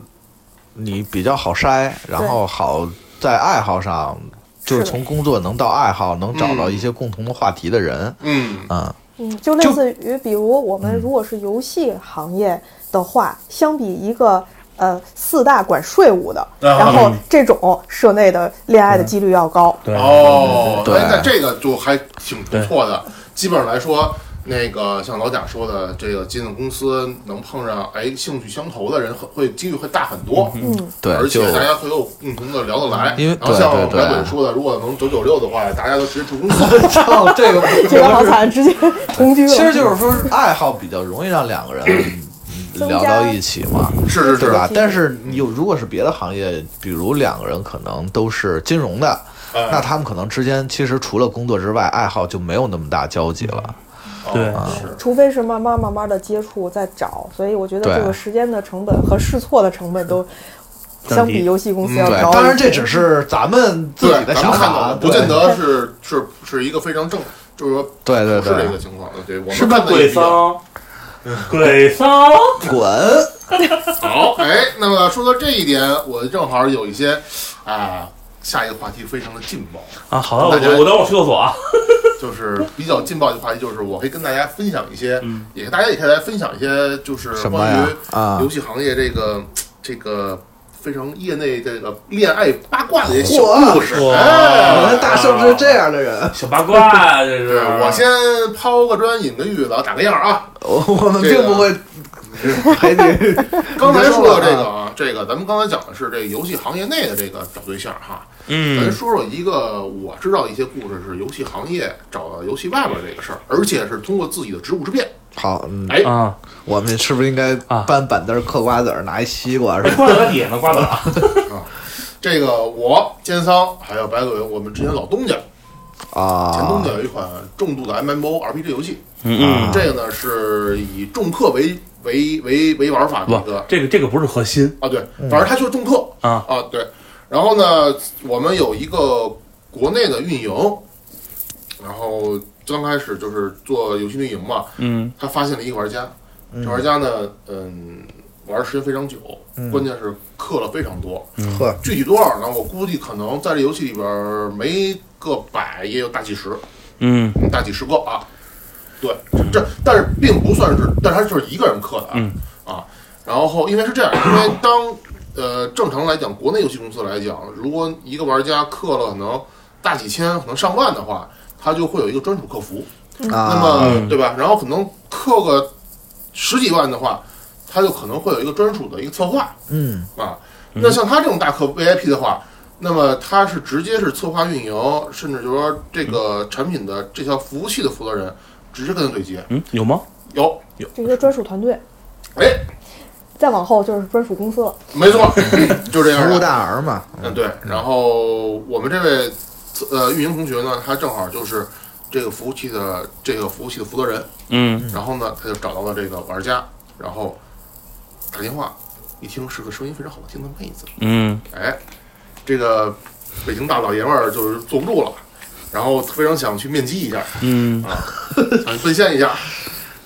Speaker 7: 你比较好筛，然后好在爱好上，就是
Speaker 6: 是的
Speaker 7: 从工作能到爱好能找到一些共同的话题的人，
Speaker 1: 嗯，
Speaker 7: 嗯，
Speaker 6: 嗯，就类似于，比如我们如果是游戏行业的话，相比一个呃四大管税务的，
Speaker 5: 嗯
Speaker 6: 然后这种社内的恋爱的几率要高。
Speaker 5: 嗯对
Speaker 1: 哦，
Speaker 7: 对对对
Speaker 1: 哎那这个就还挺不错的。基本上来说，那个像老贾说的，这个进了公司能碰上哎兴趣相投的人，会会几率会大很多。
Speaker 6: 嗯，
Speaker 7: 对，
Speaker 1: 而
Speaker 7: 就
Speaker 1: 且大家会有共同的聊得来，
Speaker 7: 因为
Speaker 1: 然后像
Speaker 7: 对对对
Speaker 1: 白鬼说的，如果能九九六的话，大家都直 接住公司。
Speaker 7: 操这个
Speaker 6: 这个好惨，直接同居 了。
Speaker 7: 其实就是说爱好比较容易让两个人嗯
Speaker 6: 增
Speaker 7: 聊
Speaker 6: 加
Speaker 7: 到一起嘛，
Speaker 1: 是是
Speaker 7: 对
Speaker 1: 是，
Speaker 7: 吧
Speaker 6: 是？
Speaker 7: 但是你有如果是别的行业，比如两个人可能都是金融的，
Speaker 1: 哎
Speaker 7: 那他们可能之间其实除了工作之外，爱好就没有那么大交集了。
Speaker 5: 对
Speaker 1: 啊是
Speaker 6: 除非是慢慢慢慢的接触再找，所以我觉得
Speaker 7: 对
Speaker 6: 这个时间的成本和试错的成本都相比游戏公司要
Speaker 7: 对，
Speaker 6: 高。
Speaker 7: 当然这只是咱们自己
Speaker 1: 对
Speaker 7: 的
Speaker 1: 咱
Speaker 7: 想
Speaker 1: 们看到
Speaker 7: 法，啊
Speaker 1: 的不见得是是是一个非常正，就是说
Speaker 7: 对对
Speaker 1: 不是这
Speaker 7: 对
Speaker 1: 个，情况的，对，我
Speaker 5: 是
Speaker 1: 们
Speaker 5: 不是
Speaker 1: 看的也
Speaker 5: 鬼
Speaker 1: 比较
Speaker 5: 桑？鬼桑，
Speaker 7: 滚！
Speaker 1: 好，哎，那么说到这一点，我正好有一些啊，下一个话题非常的劲爆，
Speaker 5: 啊，好了，我我我等会儿去厕所啊。
Speaker 1: 就是比较劲爆的话题，就是我可以跟大家分享一些，
Speaker 5: 嗯
Speaker 1: 也大家也可以来分享一些，就是
Speaker 7: 什么
Speaker 1: 关
Speaker 7: 呀
Speaker 1: 于？
Speaker 7: 啊
Speaker 1: 游，戏行业这个这个非常业内这个恋爱八卦的一些小
Speaker 7: 嚯
Speaker 1: 故事。
Speaker 5: 嚯
Speaker 7: 我
Speaker 1: 哎
Speaker 7: 们大圣是这样的人，
Speaker 5: 小八卦，这
Speaker 1: 是
Speaker 5: 是
Speaker 1: 我先抛个砖引个玉，然后打个样啊。
Speaker 7: 我我们并不会陪你。
Speaker 1: 刚才说
Speaker 7: 说
Speaker 1: 到
Speaker 7: 了
Speaker 1: 这个啊，这个咱们刚才讲的是这个游戏行业内的这个找对象哈，咱
Speaker 4: 嗯，
Speaker 1: 说说一个我知道一些故事是游戏行业找到游戏外边这个事儿，而且是通过自己的职务之便。
Speaker 7: 好，嗯，
Speaker 1: 哎，
Speaker 5: 啊，
Speaker 7: 我们是不是应该
Speaker 5: 啊
Speaker 7: 搬板凳、嗑瓜子儿、拿一西瓜？是吧
Speaker 5: 瓜子哎在底下呢，瓜子啊，
Speaker 1: 这个我奸桑还有白鬼，我们之前老东家
Speaker 7: 啊，
Speaker 1: 前东家有一款重度的 MMORPG 游戏，
Speaker 5: 嗯
Speaker 1: 这个呢是以重氪为为为为玩法的一
Speaker 5: 不
Speaker 1: 个，
Speaker 5: 这个这个不是核心
Speaker 1: 啊，对，反正它就是重氪
Speaker 5: 啊
Speaker 1: 啊，对。然后呢，我们有一个国内的运营，然后刚开始就是做游戏运营嘛，
Speaker 5: 嗯，
Speaker 1: 他发现了一个玩家，这玩家呢，嗯，玩的时间非常久，关键是氪了非常多，
Speaker 5: 嗯
Speaker 7: 呵
Speaker 1: 具体多少呢？我估计可能在这游戏里边儿没个百，也有大几十，
Speaker 5: 嗯
Speaker 1: 嗯大几十个啊。对，这但是并不算是，但是他就是一个人氪的啊、
Speaker 5: 嗯
Speaker 1: 啊。然后因为是这样，因为当呃正常来讲，国内游戏公司来讲，如果一个玩家氪了可能大几千，可能上万的话，他就会有一个专属客服，那
Speaker 7: 啊，
Speaker 1: 么对吧？然后可能氪个十几万的话，他就可能会有一个专属的一个策划
Speaker 7: 嗯，
Speaker 1: 啊。那像他这种大客 VIP 的话，那么他是直接是策划运营，甚至就是说这个产品的这条服务器的负责人直接跟他对接。
Speaker 5: 嗯，有吗？
Speaker 1: 有，
Speaker 6: 这个专属团队，
Speaker 1: 哎，
Speaker 6: 再往后就是专属公司了。
Speaker 1: 没错， 就这样
Speaker 7: 服务
Speaker 1: 的。
Speaker 7: 大儿嘛，
Speaker 1: 嗯，对。然后我们这位呃运营同学呢，他正好就是这个服务器的这个服务器的负责人。
Speaker 5: 嗯，
Speaker 1: 然后呢，他就找到了这个玩家，然后打电话，一听是个声音非常好听的妹子，
Speaker 5: 嗯，
Speaker 1: 哎，这个北京大老爷们儿就是坐不住了，然后非常想去面基一下，啊
Speaker 5: 嗯，
Speaker 1: 想奔现一下，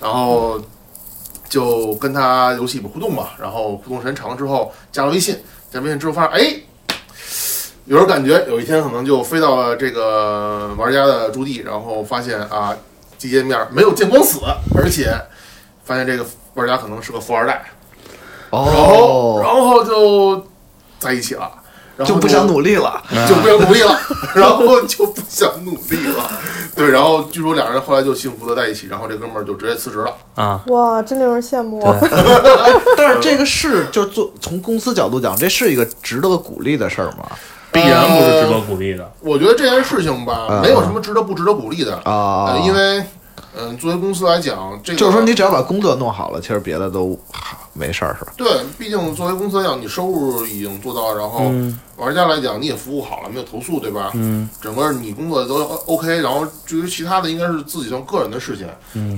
Speaker 1: 然后就跟他游戏里面互动嘛，然后互动时间长了之后加了微信，加微信之后发现，哎，有人感觉有一天可能就飞到了这个玩家的驻地，然后发现啊，一见面没有见光死，而且发现这个玩家可能是个富二代，然后然
Speaker 7: 哦，
Speaker 1: 后就在一起了，然后
Speaker 7: 就不想努力了。
Speaker 1: 就不想努力了， 然后就不想努力了。对，然后据说两人后来就幸福的在一起，然后这哥们儿就直接辞职了。
Speaker 5: 啊，
Speaker 6: 哇，真令人羡慕。啊
Speaker 7: 哎， 但是这个是，就是做从公司角度讲，这是一个值得鼓励的事儿吗？
Speaker 5: 必然不是值得鼓励的。
Speaker 1: 我觉得这件事情吧，
Speaker 7: 嗯
Speaker 1: 没有什么值得不值得鼓励的，
Speaker 7: 啊
Speaker 1: 呃，因为，嗯、作为公司来讲，这个
Speaker 7: 就是说你只要把工作弄好了，其实别的都哈没事儿，是吧？
Speaker 1: 对，毕竟作为公司来讲，你收入已经做到，然后
Speaker 5: 嗯
Speaker 1: 玩家来讲你也服务好了，没有投诉，对吧？
Speaker 5: 嗯
Speaker 1: 整个你工作都 OK，然后至于其他的应该是自己上个人的事情，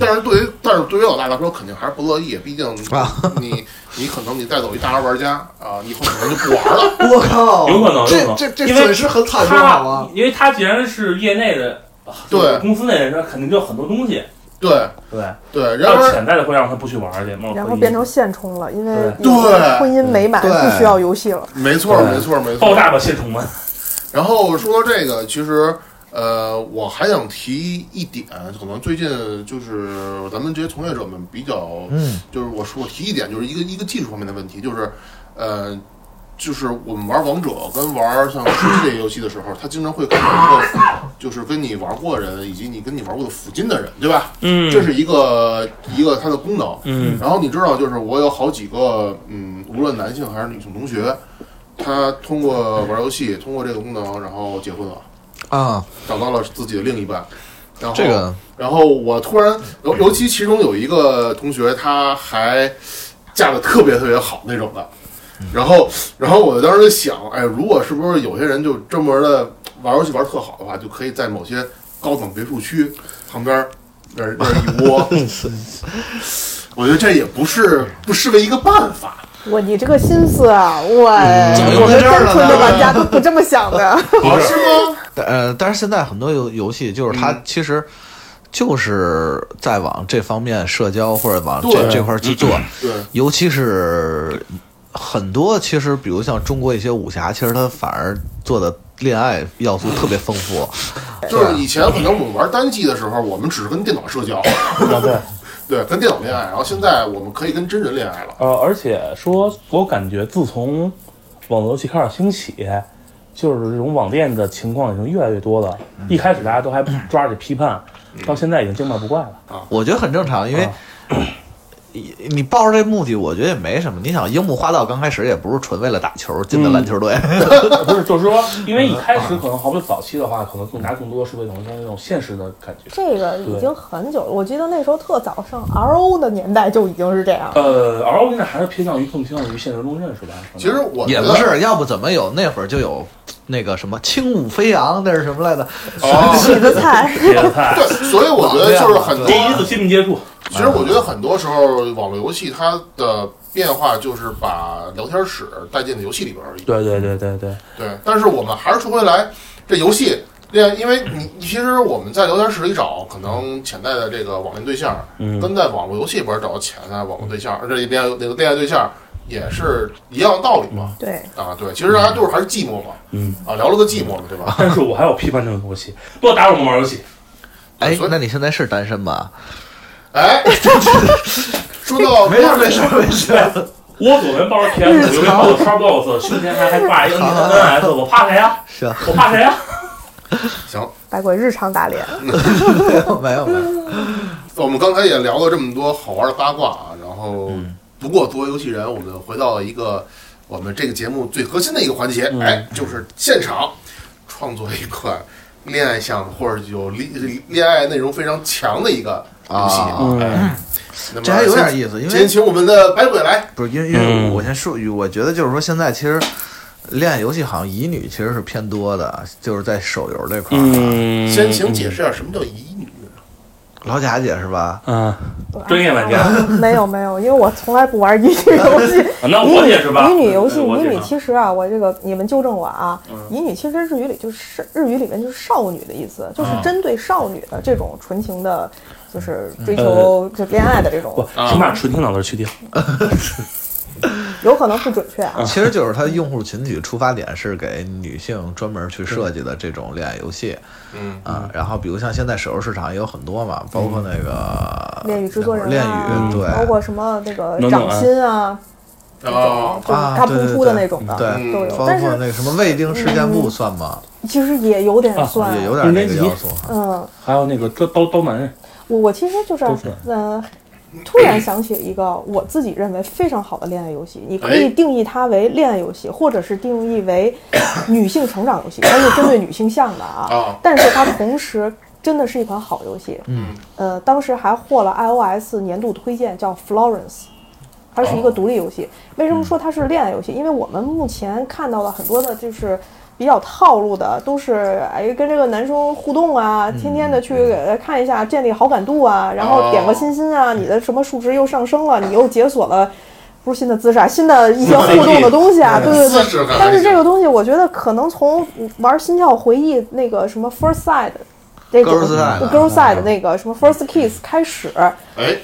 Speaker 1: 但是对于但是对于老大来说肯定还是不乐意，毕竟你、
Speaker 7: 啊
Speaker 1: 你 你可能你带走一大玩家啊，以后可能就不玩了，
Speaker 7: 我靠
Speaker 5: 有可能有可
Speaker 7: 这
Speaker 5: 能
Speaker 7: 这这
Speaker 5: 因为
Speaker 7: 损失很惨重，好
Speaker 5: 他
Speaker 7: 吗？，
Speaker 5: 因为他既然是业内的，啊
Speaker 1: 对
Speaker 5: 公司内人，那肯定就有很多东西，
Speaker 1: 对
Speaker 5: 对，
Speaker 1: 对，然
Speaker 5: 但是
Speaker 1: 而
Speaker 5: 潜在的会让他不去玩儿去，冒
Speaker 6: 然
Speaker 5: 充
Speaker 6: 后变成现充了，因为
Speaker 1: 对
Speaker 6: 有了婚姻美满
Speaker 7: 对
Speaker 6: 不需要游戏了。
Speaker 1: 没错
Speaker 7: 对
Speaker 1: 没错没
Speaker 5: 爆
Speaker 1: 错，
Speaker 5: 炸吧现充们。
Speaker 1: 然后说到这个，其实呃，我还想提一点，可能最近就是咱们这些从业者们比较，
Speaker 7: 嗯，
Speaker 1: 就是我说我提一点，就是一个一个技术方面的问题，就是呃，就是我们玩王者跟玩像吃鸡类游戏的时候，他经常会看到一个就是跟你玩过的人，以及你跟你玩过的附近的人，对吧？
Speaker 5: 嗯
Speaker 1: 这是一个一个它的功能。
Speaker 5: 嗯
Speaker 1: 然后你知道，就是我有好几个，嗯，无论男性还是女性同学，他通过玩游戏，通过这个功能，然后结婚了，
Speaker 5: 哦
Speaker 7: 啊，
Speaker 1: 找到了自己的另一半。然后
Speaker 7: 这个
Speaker 1: 然后我突然，尤尤其其中有一个同学，他还嫁的特别特别好那种的，然后，然后我当时就想，哎，如果是不是有些人就专门的玩游戏玩特好的话，就可以在某些高档别墅区旁边那儿那儿一窝。我觉得这也不是不失为一个办法。
Speaker 6: 我你这个心思啊，我我们单纯的玩家都不这么 想的。
Speaker 1: 不是吗？
Speaker 7: 但呃，但是现在很多游游戏就
Speaker 5: 嗯
Speaker 7: 是它其实就是在往这方面社交或者往这
Speaker 1: 对
Speaker 7: 这块儿去做，
Speaker 1: 对，
Speaker 7: 尤其是很多其实比如像中国一些武侠，其实它反而做的恋爱要素特别丰富。
Speaker 1: 就是以前可能我们玩单机的时候，我们只是跟电脑社交，
Speaker 5: 啊对，
Speaker 1: 对，跟电脑恋爱。然后现在我们可以跟真人恋爱了。
Speaker 5: 呃，而且说，我感觉自从网络游戏开始兴起，就是这种网恋的情况已经越来越多了。一开始大家都还抓着批判，到现在已经见怪不怪 了。
Speaker 7: 我觉得很正常，因为
Speaker 5: 啊
Speaker 7: 你。你抱着这目的，我觉得也没什么。你想，樱木花道刚开始也不是纯为了打球进的篮球队，
Speaker 5: 呃不是，就是说，因为一开始可能好比早期的话，可能更加更多是为了那种现实的感觉。
Speaker 6: 这个已经很久了，我记得那时候特早上 RO 的年代就已经是这样了。
Speaker 5: 呃，R O 现在还是偏向于更偏向于现实中认识吧。可能
Speaker 1: 其实我
Speaker 7: 也
Speaker 1: 觉
Speaker 7: 不
Speaker 1: 得
Speaker 7: 是，要不怎么有那会儿就有那个什么轻舞飞扬，那是什么来着？
Speaker 1: 哦，
Speaker 6: 你的菜，
Speaker 5: 别的菜，
Speaker 1: 对，所以我觉得就是很
Speaker 5: 第一次
Speaker 1: 多。
Speaker 5: 亲密接触，
Speaker 1: 其实我觉得很多时候网络游戏它的变化就是把聊天室带进了游戏里边而已。
Speaker 5: 对对对对对，
Speaker 1: 对，但是我们还是说回来，这游戏恋，因为你你其实我们在聊天室里找可能潜在的这个网恋对象，
Speaker 5: 嗯
Speaker 1: 跟在网络游戏里边找潜在网络对象，这恋爱那个恋爱对象也是一样的道理嘛。
Speaker 6: 对，
Speaker 1: 啊，对，其实大家就是还是寂寞嘛，
Speaker 5: 嗯。
Speaker 1: 啊，聊了个寂寞嘛，对吧？
Speaker 5: 但是我还有批判这个游戏，不打扰我们玩游戏。
Speaker 7: 哎
Speaker 1: 所以，
Speaker 7: 那你现在是单身吗？
Speaker 1: 哎， 说到没事没事，
Speaker 7: 没事。
Speaker 5: 我左边抱着 PS，右边抱着 Xbox，胸前还还挂一个 NS，我怕谁呀？
Speaker 7: 行，
Speaker 5: 我怕谁啊呀？
Speaker 1: 行，
Speaker 6: 百鬼日常打脸，
Speaker 7: 没有没有没有。
Speaker 1: 我们刚才也聊了这么多好玩的八卦啊，然后不过作为游戏人，我们回到一个我们这个节目最核心的一个环节，哎，就是现场创作一款恋爱项目或者有恋恋爱内容非常强的一个游戏，
Speaker 7: 啊
Speaker 1: 哎，那么
Speaker 7: 这还有点意思因为
Speaker 1: 先请我们的百鬼来，
Speaker 7: 不是因为因为
Speaker 5: 嗯
Speaker 7: 我先说，我觉得就是说现在其实恋爱游戏好像乙女其实是偏多的，就是在手游这块儿。啊
Speaker 5: 嗯
Speaker 1: 先请解释一下什么叫乙女。
Speaker 7: 老贾姐是吧？
Speaker 5: 嗯， 专业玩家，
Speaker 6: 没有没有，因为我从来不玩乙女游戏。
Speaker 5: 那
Speaker 6: 乙
Speaker 5: 啊我
Speaker 6: 女
Speaker 5: 解释吧。
Speaker 6: 乙女嗯游戏，
Speaker 5: 哎我
Speaker 6: 乙
Speaker 5: 解
Speaker 6: 女
Speaker 5: 释
Speaker 6: 其实啊，我这个你们纠正我啊，乙女其实日语里就是日语里面就是少女的意思，就是
Speaker 5: 啊
Speaker 6: 针对少女的这种纯情的，就是追求就恋爱的这
Speaker 5: 嗯呃不
Speaker 6: 种，，
Speaker 5: 请把纯听脑子去掉。
Speaker 6: 有可能不准确啊。
Speaker 7: 其实就是它用户群体出发点是给女性专门去设计的这种恋爱游戏
Speaker 1: 嗯，
Speaker 7: 啊。然后比如像现在手游市场也有很多嘛，包括那
Speaker 5: 呃
Speaker 7: 个
Speaker 6: 恋与制作人
Speaker 7: 恋
Speaker 6: 啊
Speaker 5: 嗯
Speaker 7: 语，对，
Speaker 6: 包括什么那个
Speaker 5: 能懂
Speaker 6: 掌
Speaker 5: 啊
Speaker 6: 心啊，这种
Speaker 1: 哦，
Speaker 6: 就是
Speaker 7: 啊
Speaker 6: 嘎
Speaker 7: 对
Speaker 6: 嘣
Speaker 7: 对
Speaker 6: 出的
Speaker 7: 对
Speaker 6: 那种的
Speaker 7: 对
Speaker 6: 都
Speaker 1: 嗯
Speaker 6: 有，
Speaker 7: 包括
Speaker 6: 但是
Speaker 7: 那个什么未定事件簿算吗？
Speaker 6: 其实也有点
Speaker 5: 啊
Speaker 6: 算，
Speaker 7: 也有点那个要素。
Speaker 6: 嗯。
Speaker 5: 还有那个刀刀刀男人，
Speaker 6: 我我其实就是
Speaker 5: 都是
Speaker 6: 呃，突然想起一个我自己认为非常好的恋爱游戏，你可以
Speaker 1: 哎
Speaker 6: 定义它为恋爱游戏，或者是定义为女性成长游戏，它是针对女性向的
Speaker 1: 啊
Speaker 6: 啊，但是它同时。真的是一款好游戏，嗯，呃，当时还获了 iOS 年度推荐，叫 Florence，它是一个独立游戏。为什么说它是恋爱游戏？因为我们目前看到的很多的就是比较套路的，都是哎跟这个男生互动啊，天天的去给他看一下，建立好感度啊，然后点个心心啊，你的什么数值又上升了，你又解锁了。不是新的姿势啊，新的一些互动的东西啊，对对
Speaker 1: 姿
Speaker 6: 对
Speaker 1: 势感。
Speaker 6: 但是这个东西，我觉得可能从玩《心跳回忆》那个什么 First Side 那种
Speaker 7: Girl Side 啊
Speaker 6: Girl Side 那个什么 First Kiss 开始，
Speaker 1: 哎，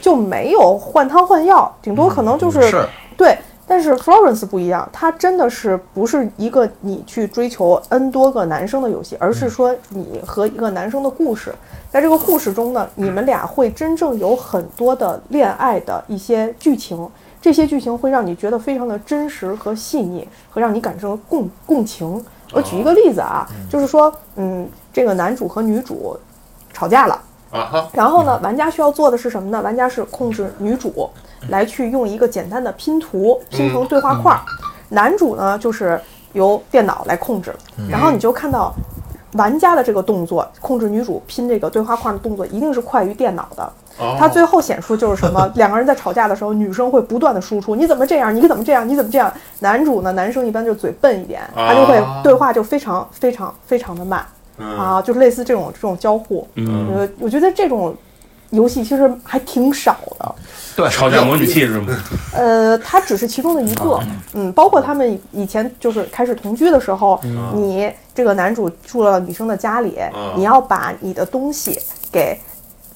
Speaker 6: 就没有换汤换药，顶多可能就是、
Speaker 7: 嗯是
Speaker 6: 对。但是 Florence 不一样，它真的是不是一个你去追求 n 多个男生的游戏，而是说你和一个男生的故事，在这个故事中呢，你们俩会真正有很多的恋爱的一些剧情，这些剧情会让你觉得非常的真实和细腻，和让你感受共共情。我举一个例子啊，就是说，嗯，这个男主和女主吵架了，
Speaker 1: 啊哈，
Speaker 6: 然后呢，玩家需要做的是什么呢？玩家是控制女主来去用一个简单的拼图
Speaker 1: 嗯
Speaker 6: 拼成对话块儿，男主呢就是由电脑来控制，
Speaker 1: 嗯
Speaker 6: 然后你就看到。玩家的这个动作，控制女主拼这个对话块儿的动作，一定是快于电脑的。
Speaker 1: 哦
Speaker 6: 它最后显出就是什 么？两个人在吵架的时候，女生会不断的输出，你怎么这样？你怎么这样？你怎么这样？男主呢，男生一般就嘴笨一点，他就会
Speaker 1: 啊
Speaker 6: 对话就非常非常非常的慢，
Speaker 1: 嗯
Speaker 6: 啊，就是类似这种这种交互。
Speaker 5: 嗯
Speaker 6: 呃，我觉得这种游戏其实还挺少的。
Speaker 7: 对，
Speaker 5: 吵架模拟器是吗？
Speaker 6: 呃，它只是其中的一个，嗯，包括他们以前就是开始同居的时候，你这个男主住了女生的家里，你要把你的东西给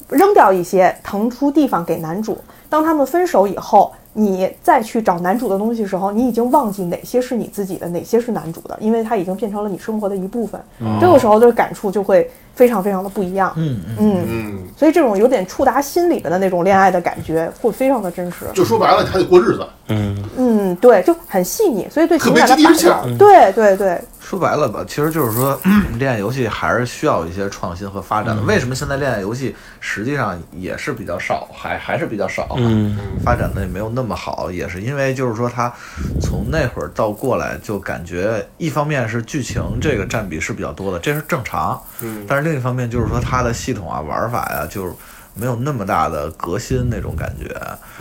Speaker 6: 扔掉一些，腾出地方给男主。当他们分手以后，你再去找男主的东西的时候，你已经忘记哪些是你自己的，哪些是男主的，因为它已经变成了你生活的一部分。这个时候的感触就会非常非常的不一样。嗯
Speaker 1: 嗯，
Speaker 6: 所以这种有点触达心里面的那种恋爱的感觉，会非常的真实。
Speaker 1: 就说白了，还得过日子。
Speaker 4: 嗯，
Speaker 6: 嗯，对，就很细腻，所以对情感
Speaker 1: 特
Speaker 6: 的
Speaker 1: 别
Speaker 6: 把
Speaker 1: 接地气儿
Speaker 6: 握，对对对，
Speaker 7: 说白了吧，其实就是说，嗯恋爱游戏还是需要一些创新和发展的。为什么现在恋爱游戏实际上也是比较少，还还是比较少，啊
Speaker 4: 嗯，
Speaker 7: 发展的也没有那么好，也是因为就是说，它从那会儿到过来，就感觉一方面是剧情这个占比是比较多的，这是正常，
Speaker 1: 嗯
Speaker 7: 但是另一方面就是说它的系统啊、玩法呀、就是没有那么大的革新那种感觉，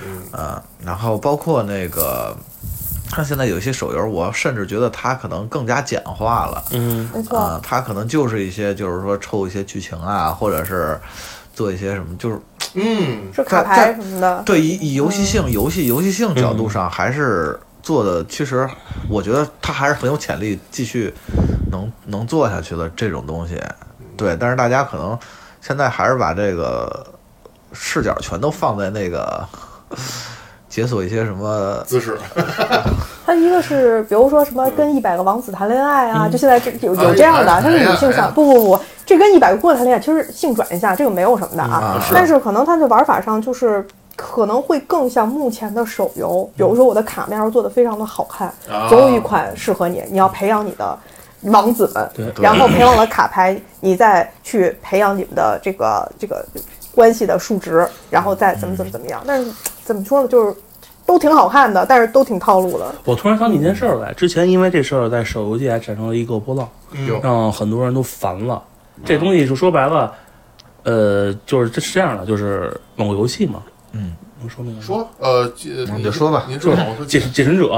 Speaker 1: 嗯
Speaker 7: 嗯，然后包括那个。像现在有些手游，我甚至觉得它可能更加简化了，
Speaker 6: 没错，
Speaker 7: 啊，它可能就是一些，就是说抽一些剧情啊，或者是做一些什么，就是
Speaker 1: 嗯，
Speaker 6: 是
Speaker 7: 在
Speaker 6: 卡牌什么的，
Speaker 7: 对以以游戏
Speaker 5: 嗯
Speaker 7: 性、游戏游戏性角度上，还是做的，其实我觉得它还是很有潜力继续能能做下去的这种东西。对，但是大家可能现在还是把这个视角全都放在那个 解锁一些什么
Speaker 1: 姿势
Speaker 6: 它一个是比如说什么跟一百个王子谈恋爱啊，就现在这有啊有
Speaker 1: 哎
Speaker 6: 这样的，
Speaker 1: 哎
Speaker 6: 它是女性
Speaker 1: 哎呀
Speaker 6: 向，不不不，这跟一百个姑娘谈恋爱其实性转一下，这个没有什么的啊，
Speaker 7: 啊，
Speaker 6: 但是可能它的玩法上就是。可能会更像目前的手游，比如说我的卡面做的非常的好看，
Speaker 1: 啊
Speaker 6: 总有一款适合你。你要培养你的王子们，
Speaker 5: 对
Speaker 6: 然后培养了卡牌，你再去培养你们的这个这个关系的数值，然后再怎么怎么怎么样。但是怎么说呢，就是都挺好看的，但是都挺套路的。
Speaker 5: 我突然想起一件事儿来，之前因为这事儿在手游界还产生了一个波浪，
Speaker 1: 有
Speaker 5: 让很多人都烦了。这东西就说白了，呃，就是这是这样的，就是某游戏嘛，
Speaker 7: 嗯，
Speaker 5: 能说那个吗
Speaker 1: 说呃，这
Speaker 7: 你就说吧
Speaker 1: 您
Speaker 5: 就
Speaker 1: 说
Speaker 5: 是
Speaker 1: 吧，我说
Speaker 5: 解解神者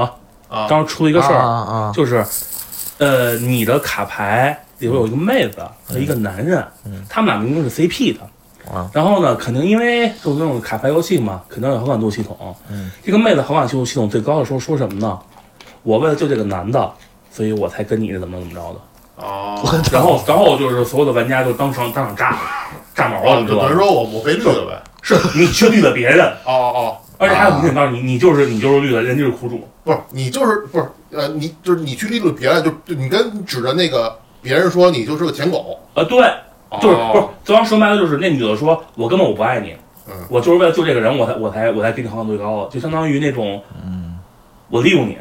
Speaker 1: 啊
Speaker 5: 当时出了一个事
Speaker 7: 啊
Speaker 5: 儿，
Speaker 7: 啊啊，
Speaker 5: 就是呃，你的卡牌里边有一个妹子和一个男人，他们俩明明是 CP 的。
Speaker 7: 嗯啊
Speaker 5: 然后呢，肯定因为就是那种卡牌游戏嘛，肯定有好感度系统。
Speaker 7: 嗯
Speaker 5: 这个妹子好感度系统最高的时候说什么呢？我为了救这个男的，所以我才跟你怎么怎么着的。
Speaker 1: 哦，
Speaker 5: 然后，然后就是所有的玩家就当场当场炸了，炸毛了，
Speaker 1: 哦
Speaker 5: 你，知
Speaker 1: 就
Speaker 5: 道
Speaker 1: 等于
Speaker 5: 吗？
Speaker 1: 说我我被绿了呗？
Speaker 5: 是你去绿了别人，
Speaker 1: 哦哦，
Speaker 5: 而且还有明显告诉你，你就是你就是绿的，人就是苦主。
Speaker 1: 不是你就是不是呃，你就是你去利用别人，就就你跟指着那个别人说你就是个舔狗，
Speaker 5: 啊，对，就是不是
Speaker 1: 哦，
Speaker 5: 最后说白了就是那女的说，我根本我不爱你，
Speaker 1: 嗯
Speaker 5: 我就是为了救这个人，我才我才我才给你好感度最高，就相当于那种，嗯，我利用你，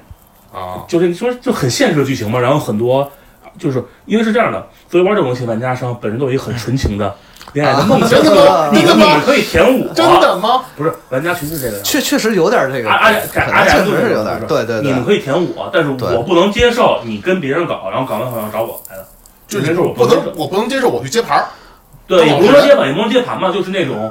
Speaker 1: 啊，
Speaker 5: 就是你说就很现实的剧情嘛。然后很多就是因为是这样的，所以玩这种游戏玩家上本身都有一个很纯情的恋爱的梦想
Speaker 1: 啊真，的吗？
Speaker 5: 你
Speaker 1: 真
Speaker 5: 们
Speaker 1: 的
Speaker 5: 你们
Speaker 1: 吗？
Speaker 5: 可以舔我，
Speaker 1: 真的吗？
Speaker 5: 不是玩家群是这个样。
Speaker 7: 确确实有点这个，
Speaker 5: 阿阿
Speaker 7: 可能
Speaker 5: 阿
Speaker 7: 确
Speaker 5: 然
Speaker 7: 实是有点，对对
Speaker 5: 你们
Speaker 7: 对，
Speaker 5: 可以舔我，但是
Speaker 7: 对
Speaker 5: 我不能接受你跟别人搞，然后搞完好像找我来的，
Speaker 1: 就
Speaker 5: 这
Speaker 1: 是
Speaker 5: 件事我
Speaker 1: 不
Speaker 5: 能接
Speaker 1: 能
Speaker 5: 受。
Speaker 1: 我不能接受我去接盘儿，
Speaker 5: 对，也
Speaker 1: 我
Speaker 5: 不
Speaker 1: 不
Speaker 5: 能
Speaker 1: 是
Speaker 5: 接盘，也不能接盘嘛，就是那种，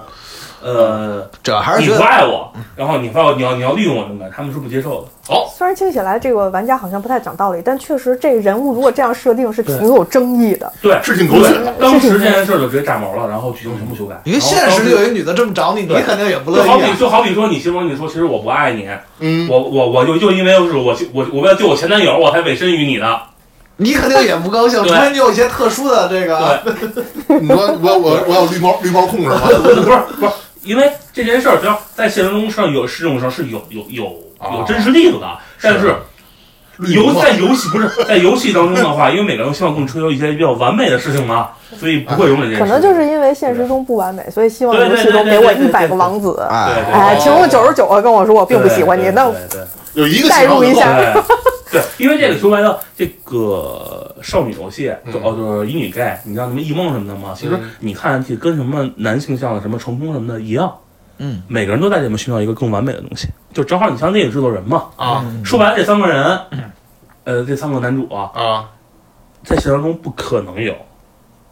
Speaker 5: 呃，
Speaker 7: 主要还是
Speaker 5: 你
Speaker 7: 觉
Speaker 5: 不
Speaker 7: 得
Speaker 5: 爱我，然后你要你要你要利用我什么的，他们是不接受的。
Speaker 6: 虽然听起来这个玩家好像不太讲道理，但确实这人物如果这样设定是挺有争议的。
Speaker 5: 对，
Speaker 1: 是挺狗血的
Speaker 5: 对当时这件事儿就直接炸毛了，然后剧情全部修改。
Speaker 7: 因为现实里有一女的这么找你，你
Speaker 5: 对
Speaker 7: 肯定也不乐
Speaker 5: 然后就好
Speaker 7: 意啊
Speaker 5: 比。就好比说，你媳妇儿跟你说，其实我不爱你，
Speaker 1: 嗯，
Speaker 5: 我我我就就因为是我我我为了救我前男友，我才委身于你的。
Speaker 7: 你肯定也不高兴，除
Speaker 5: 对
Speaker 7: 非你有一些特殊的这个。
Speaker 5: 对，
Speaker 1: 你说我我我有绿毛绿毛控制吗？
Speaker 5: 不是不是不是，因为这件事儿，只要在现实中上有是这种事儿是有有有
Speaker 7: 啊
Speaker 5: 有真实例子的，但是
Speaker 1: 绿
Speaker 5: 游
Speaker 1: 毛
Speaker 5: 在游戏不是在游戏当中的话，因为每个人希望更追求一些比较完美的事情嘛，所以不会容忍这件事。
Speaker 6: 啊可能就是因为现实中不完美，所以希望游戏中给我一百个王子。
Speaker 5: 对对
Speaker 7: 哎，
Speaker 5: 对
Speaker 6: 哎，其中九十九个跟我说我并不喜欢你，
Speaker 5: 对
Speaker 6: 那
Speaker 5: 对对对
Speaker 1: 有一个
Speaker 6: 代入一下
Speaker 5: 对，对，因为这个说白了，这个少女游戏，就
Speaker 1: 嗯
Speaker 5: 哦，就是乙女 gay，你像什么异梦什么的嘛，其实
Speaker 1: 嗯
Speaker 5: 你看去跟什么男性向的什么成功什么的一样，
Speaker 7: 嗯，
Speaker 5: 每个人都在里面寻找一个更完美的东西，就正好你像电影制作人嘛，
Speaker 1: 啊
Speaker 5: 说白了这三个人，
Speaker 1: 嗯
Speaker 5: 呃，这三个男主啊，
Speaker 1: 啊，
Speaker 5: 在现实中不可能有，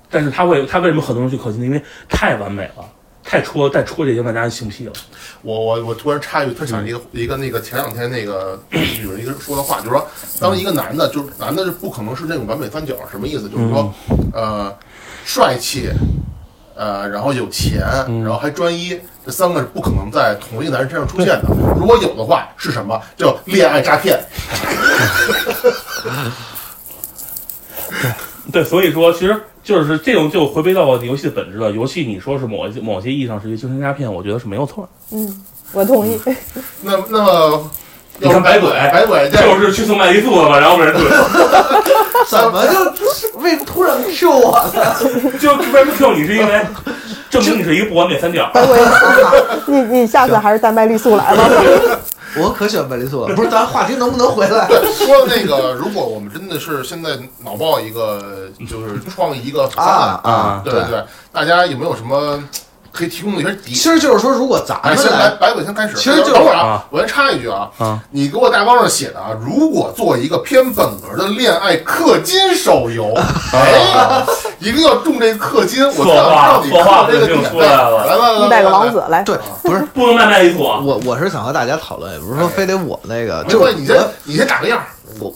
Speaker 5: 但是他会，他为什么很多人去可惜呢？因为太完美了。太戳太戳这些玩家的性癖了，
Speaker 1: 我我我突然插一句，特想一个一个那个前两天那个有人一个说的话，就是说，当一个男的，就是男
Speaker 5: 嗯
Speaker 1: 的是不可能是那种完美三角，什么意思？就是说，呃，帅气，呃，然后有钱，
Speaker 5: 嗯
Speaker 1: 然后还专一，这三个是不可能在同一男人身上出现的。如果有的话，是什么？叫恋爱诈骗。
Speaker 5: 对，所以说其实就是这种就回归到游戏的本质了。游戏你说是某一某些意义上是一个精神鸦片，我觉得是没有错的。
Speaker 6: 嗯，我同意。
Speaker 1: 那那么，
Speaker 5: 你看白鬼
Speaker 1: 白鬼在
Speaker 5: 就是去送麦丽素的嘛，然后被人 怼，
Speaker 7: 怎么就为突然啊 Q 我了？
Speaker 5: 就为什么 Q 你是因为证明你是一个不完美三角。
Speaker 6: 你你下次还是带麦丽素来吧。
Speaker 7: 我可喜欢贝利素了，不是？咱话题能不能回来？
Speaker 1: 对，说那个，如果我们真的是现在脑爆一个，就是创意一个方案，
Speaker 7: 啊
Speaker 1: 对对，大家有没有什么可以提供的一些底
Speaker 7: 其？实就是说，如果咱
Speaker 1: 哎，
Speaker 7: 们
Speaker 1: 先白
Speaker 7: 啊来，
Speaker 1: 白鬼先开始。
Speaker 7: 其实就是
Speaker 1: 等会儿啊
Speaker 5: 啊，
Speaker 1: 我先插一句啊，
Speaker 5: 啊
Speaker 1: 你给我大纲上写的啊，如果做一个偏本格的恋爱氪金手游，哎，一定要中这氪金，我才
Speaker 5: 策
Speaker 1: 能
Speaker 5: 划
Speaker 1: 让你
Speaker 5: 策划
Speaker 1: 看这个
Speaker 5: 就
Speaker 1: 点
Speaker 5: 出来了
Speaker 1: 来来来，
Speaker 6: 一百个王
Speaker 1: 来，
Speaker 6: 子来，
Speaker 7: 对，不是
Speaker 5: 不能卖麦丽素啊！
Speaker 7: 我，我是想和大家讨论，也不是说非得我那个，
Speaker 1: 来
Speaker 7: 就
Speaker 1: 没关
Speaker 7: 是
Speaker 1: 系，你先你先打个样儿，
Speaker 7: 我，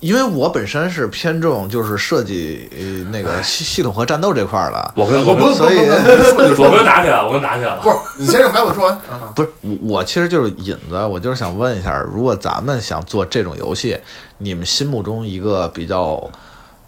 Speaker 7: 因为我本身是偏重就是设计呃那个系系统和战斗这块儿的，
Speaker 5: 我跟
Speaker 1: 我不用不
Speaker 7: 所以
Speaker 1: 用不用不用不用
Speaker 5: 我
Speaker 1: 说
Speaker 5: 跟打起来了，我跟打起来了。
Speaker 1: 不是，你先让白鬼说完啊，
Speaker 7: 不是我，我其实就是引子，我就是想问一下，如果咱们想做这种游戏，你们心目中一个比较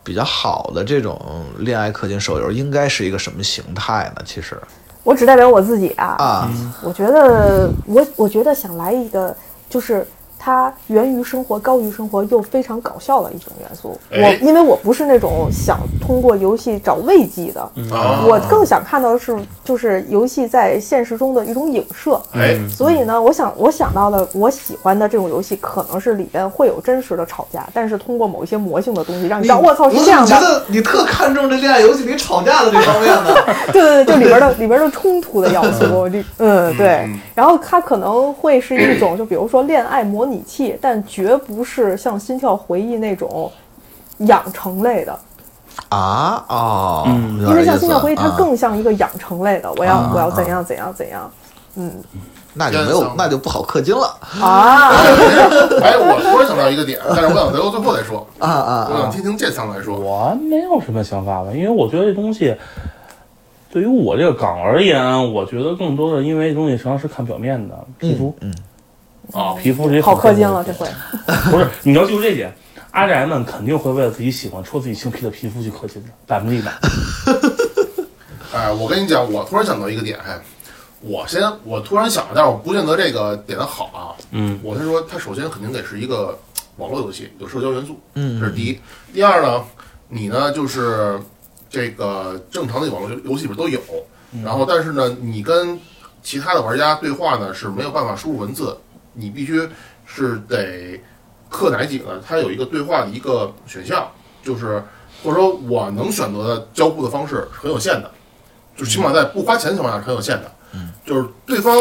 Speaker 7: 比较好的这种恋爱氪金手游，应该是一个什么形态呢？其实
Speaker 6: 我只代表我自己啊。
Speaker 7: 啊，
Speaker 6: 我觉得我我觉得想来一个，就是它源于生活、高于生活又非常搞笑的一种元素。
Speaker 1: 哎
Speaker 6: 我因为我不是那种想通过游戏找慰藉的，
Speaker 5: 嗯
Speaker 1: 啊
Speaker 6: 我更想看到的是就是游戏在现实中的一种影射。
Speaker 1: 哎，
Speaker 5: 嗯
Speaker 6: 所以呢，我想我想到的，我喜欢的这种游戏，可能是里边会有真实的吵架，但是通过某一些魔性的东西，让你知道我操哦是这样的。
Speaker 7: 得你特看重这恋爱游戏里吵架的这方面 呢？
Speaker 6: 对对对，就里边的里边的冲突的要素，这嗯对
Speaker 1: 嗯。
Speaker 6: 然后它可能会是一种，就比如说恋爱模拟器，但绝不是像心跳回忆那种。养成类的，
Speaker 7: 啊哦，
Speaker 5: 嗯
Speaker 7: 有
Speaker 6: 因
Speaker 7: 点
Speaker 6: 为像
Speaker 7: 意思
Speaker 6: 心跳回忆，它
Speaker 7: 啊
Speaker 6: 更像一个养成类的。我要我要怎样怎样怎样
Speaker 7: 那就没有那就不好氪金了
Speaker 6: 啊！
Speaker 1: 哎，我突然想到一个点，但是我想留到最后再说，
Speaker 7: 啊啊
Speaker 1: 我想
Speaker 7: 啊！
Speaker 1: 听听建仓来说。
Speaker 5: 嗯我没有什么想法吧，因为我觉得这东西，对于我这个岗而言，我觉得更多的因为这东西实际上是看表面的，皮肤，嗯，啊，皮肤这
Speaker 6: 哦好氪金了，这回
Speaker 5: 不是，你要记住这点。阿宅们肯定会为了自己喜欢、戳自己性癖的皮肤去氪金的，百分之一百。
Speaker 1: 哎，我跟你讲，我突然想到一个点，哎，我先我突然想，但是我不见得这个点的好啊。
Speaker 5: 嗯，
Speaker 1: 我先说，它首先肯定得是一个网络游戏，有社交元素，嗯，这是第一。第二呢，你呢就是这个正常的网络游戏里边都有，然后但是呢，你跟其他的玩家对话呢是没有办法输入文字，你必须是得刻哪几个？它有一个对话的一个选项，就是或者说我能选择的交互的方式是很有限的，就是起码在不花钱的情况下是很有限的。就是对方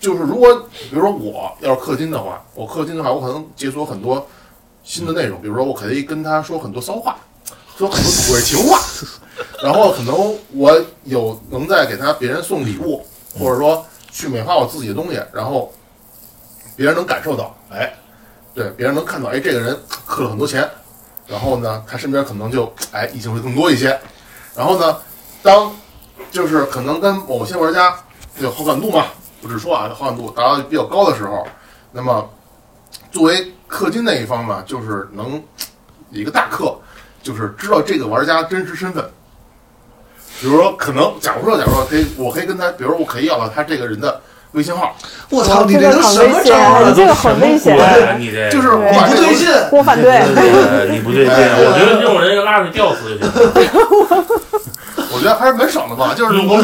Speaker 1: 就是如果比如说我要是氪金的话，我氪金的话，我可能解锁很多新的内容，比如说我可以跟他说很多骚话，说很多土味情话， 然后可能我有能在给他别人送礼物，或者说去美化我自己的东西，然后别人能感受到，哎，对，别人能看到，哎，这个人氪了很多钱，然后呢，他身边可能就哎异性会更多一些，然后呢，当就是可能跟某些玩家有好感度嘛，我只说啊，好感度达到比较高的时候，那么作为氪金那一方呢，就是能有一个大氪，就是知道这个玩家真实身份。比如说，可能假如说，假如说可以，我可以跟他，比如说我可以要到他这个人的微信号，
Speaker 7: 我
Speaker 6: 哇
Speaker 7: 操，你
Speaker 6: 这
Speaker 7: 这
Speaker 6: 个
Speaker 7: 都
Speaker 6: 很
Speaker 7: 什么
Speaker 6: 危险
Speaker 7: 招儿
Speaker 6: 啊
Speaker 7: 啊？
Speaker 6: 这个很危险
Speaker 5: 对，啊你这
Speaker 1: 就是
Speaker 6: 对
Speaker 1: 我
Speaker 7: 你
Speaker 1: 把
Speaker 7: 不
Speaker 1: 这个
Speaker 7: 对
Speaker 1: 游戏
Speaker 7: 劲，
Speaker 6: 我反对。
Speaker 5: 呃你不对劲。我觉得这种人就拉出去吊死就行了。
Speaker 1: 我觉得还是蛮爽的吧。就是
Speaker 5: 嗯
Speaker 1: 我我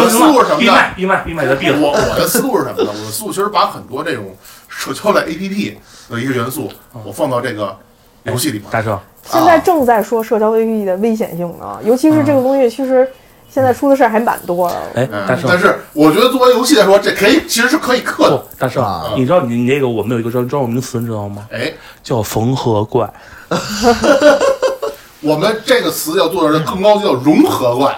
Speaker 1: 的思路是什么
Speaker 5: 闭
Speaker 1: 呢？
Speaker 5: 麦，闭麦，闭麦，咱闭了。
Speaker 1: 我我的思路是什么呢？我的思路其实把很多这种社交类 A P P 的一个元素，我放到这个游戏里面。
Speaker 5: 大圣，
Speaker 6: 现在正在说社交 APP 的危险性呢，尤其是这个东西，其实现在出的事儿还蛮多的。
Speaker 5: 哎，
Speaker 1: 嗯
Speaker 5: 大，圣
Speaker 1: 但，是哦我觉得作为游戏来说，这可以其实是可以克
Speaker 5: 不
Speaker 1: 的。，
Speaker 5: 大圣
Speaker 7: 啊，
Speaker 5: 你知道你你这个我们有一个专专有名词，你知道吗？
Speaker 1: 哎，
Speaker 5: 叫缝合怪。
Speaker 1: 我们这个词要做的是更高级，叫融合怪。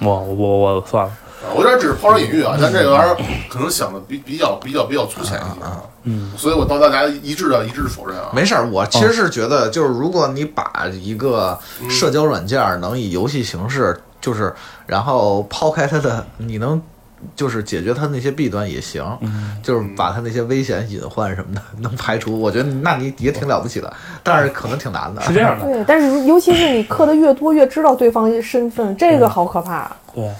Speaker 5: 我我我算了。
Speaker 1: 啊我这只是抛砖引玉啊，但这个玩意儿可能想的比比较比较比较粗浅一些啊。嗯，所以我到大家一致的一致否认啊。
Speaker 7: 没事儿，我其嗯实是觉得，就是如果你把一个社交软件儿能以游戏形式就是然后抛开它的，你能就是解决它那些弊端也行，
Speaker 5: 嗯
Speaker 7: 就是把它那些危险隐患什么的 能排除，我觉得那你也挺了不起的，但是可能挺难的。
Speaker 5: 嗯是这样
Speaker 4: 嗯
Speaker 5: 的，
Speaker 6: 对，但是如尤其是你刻的越多，越知道对方身份，这
Speaker 4: 嗯
Speaker 6: 个好可怕。
Speaker 5: 对，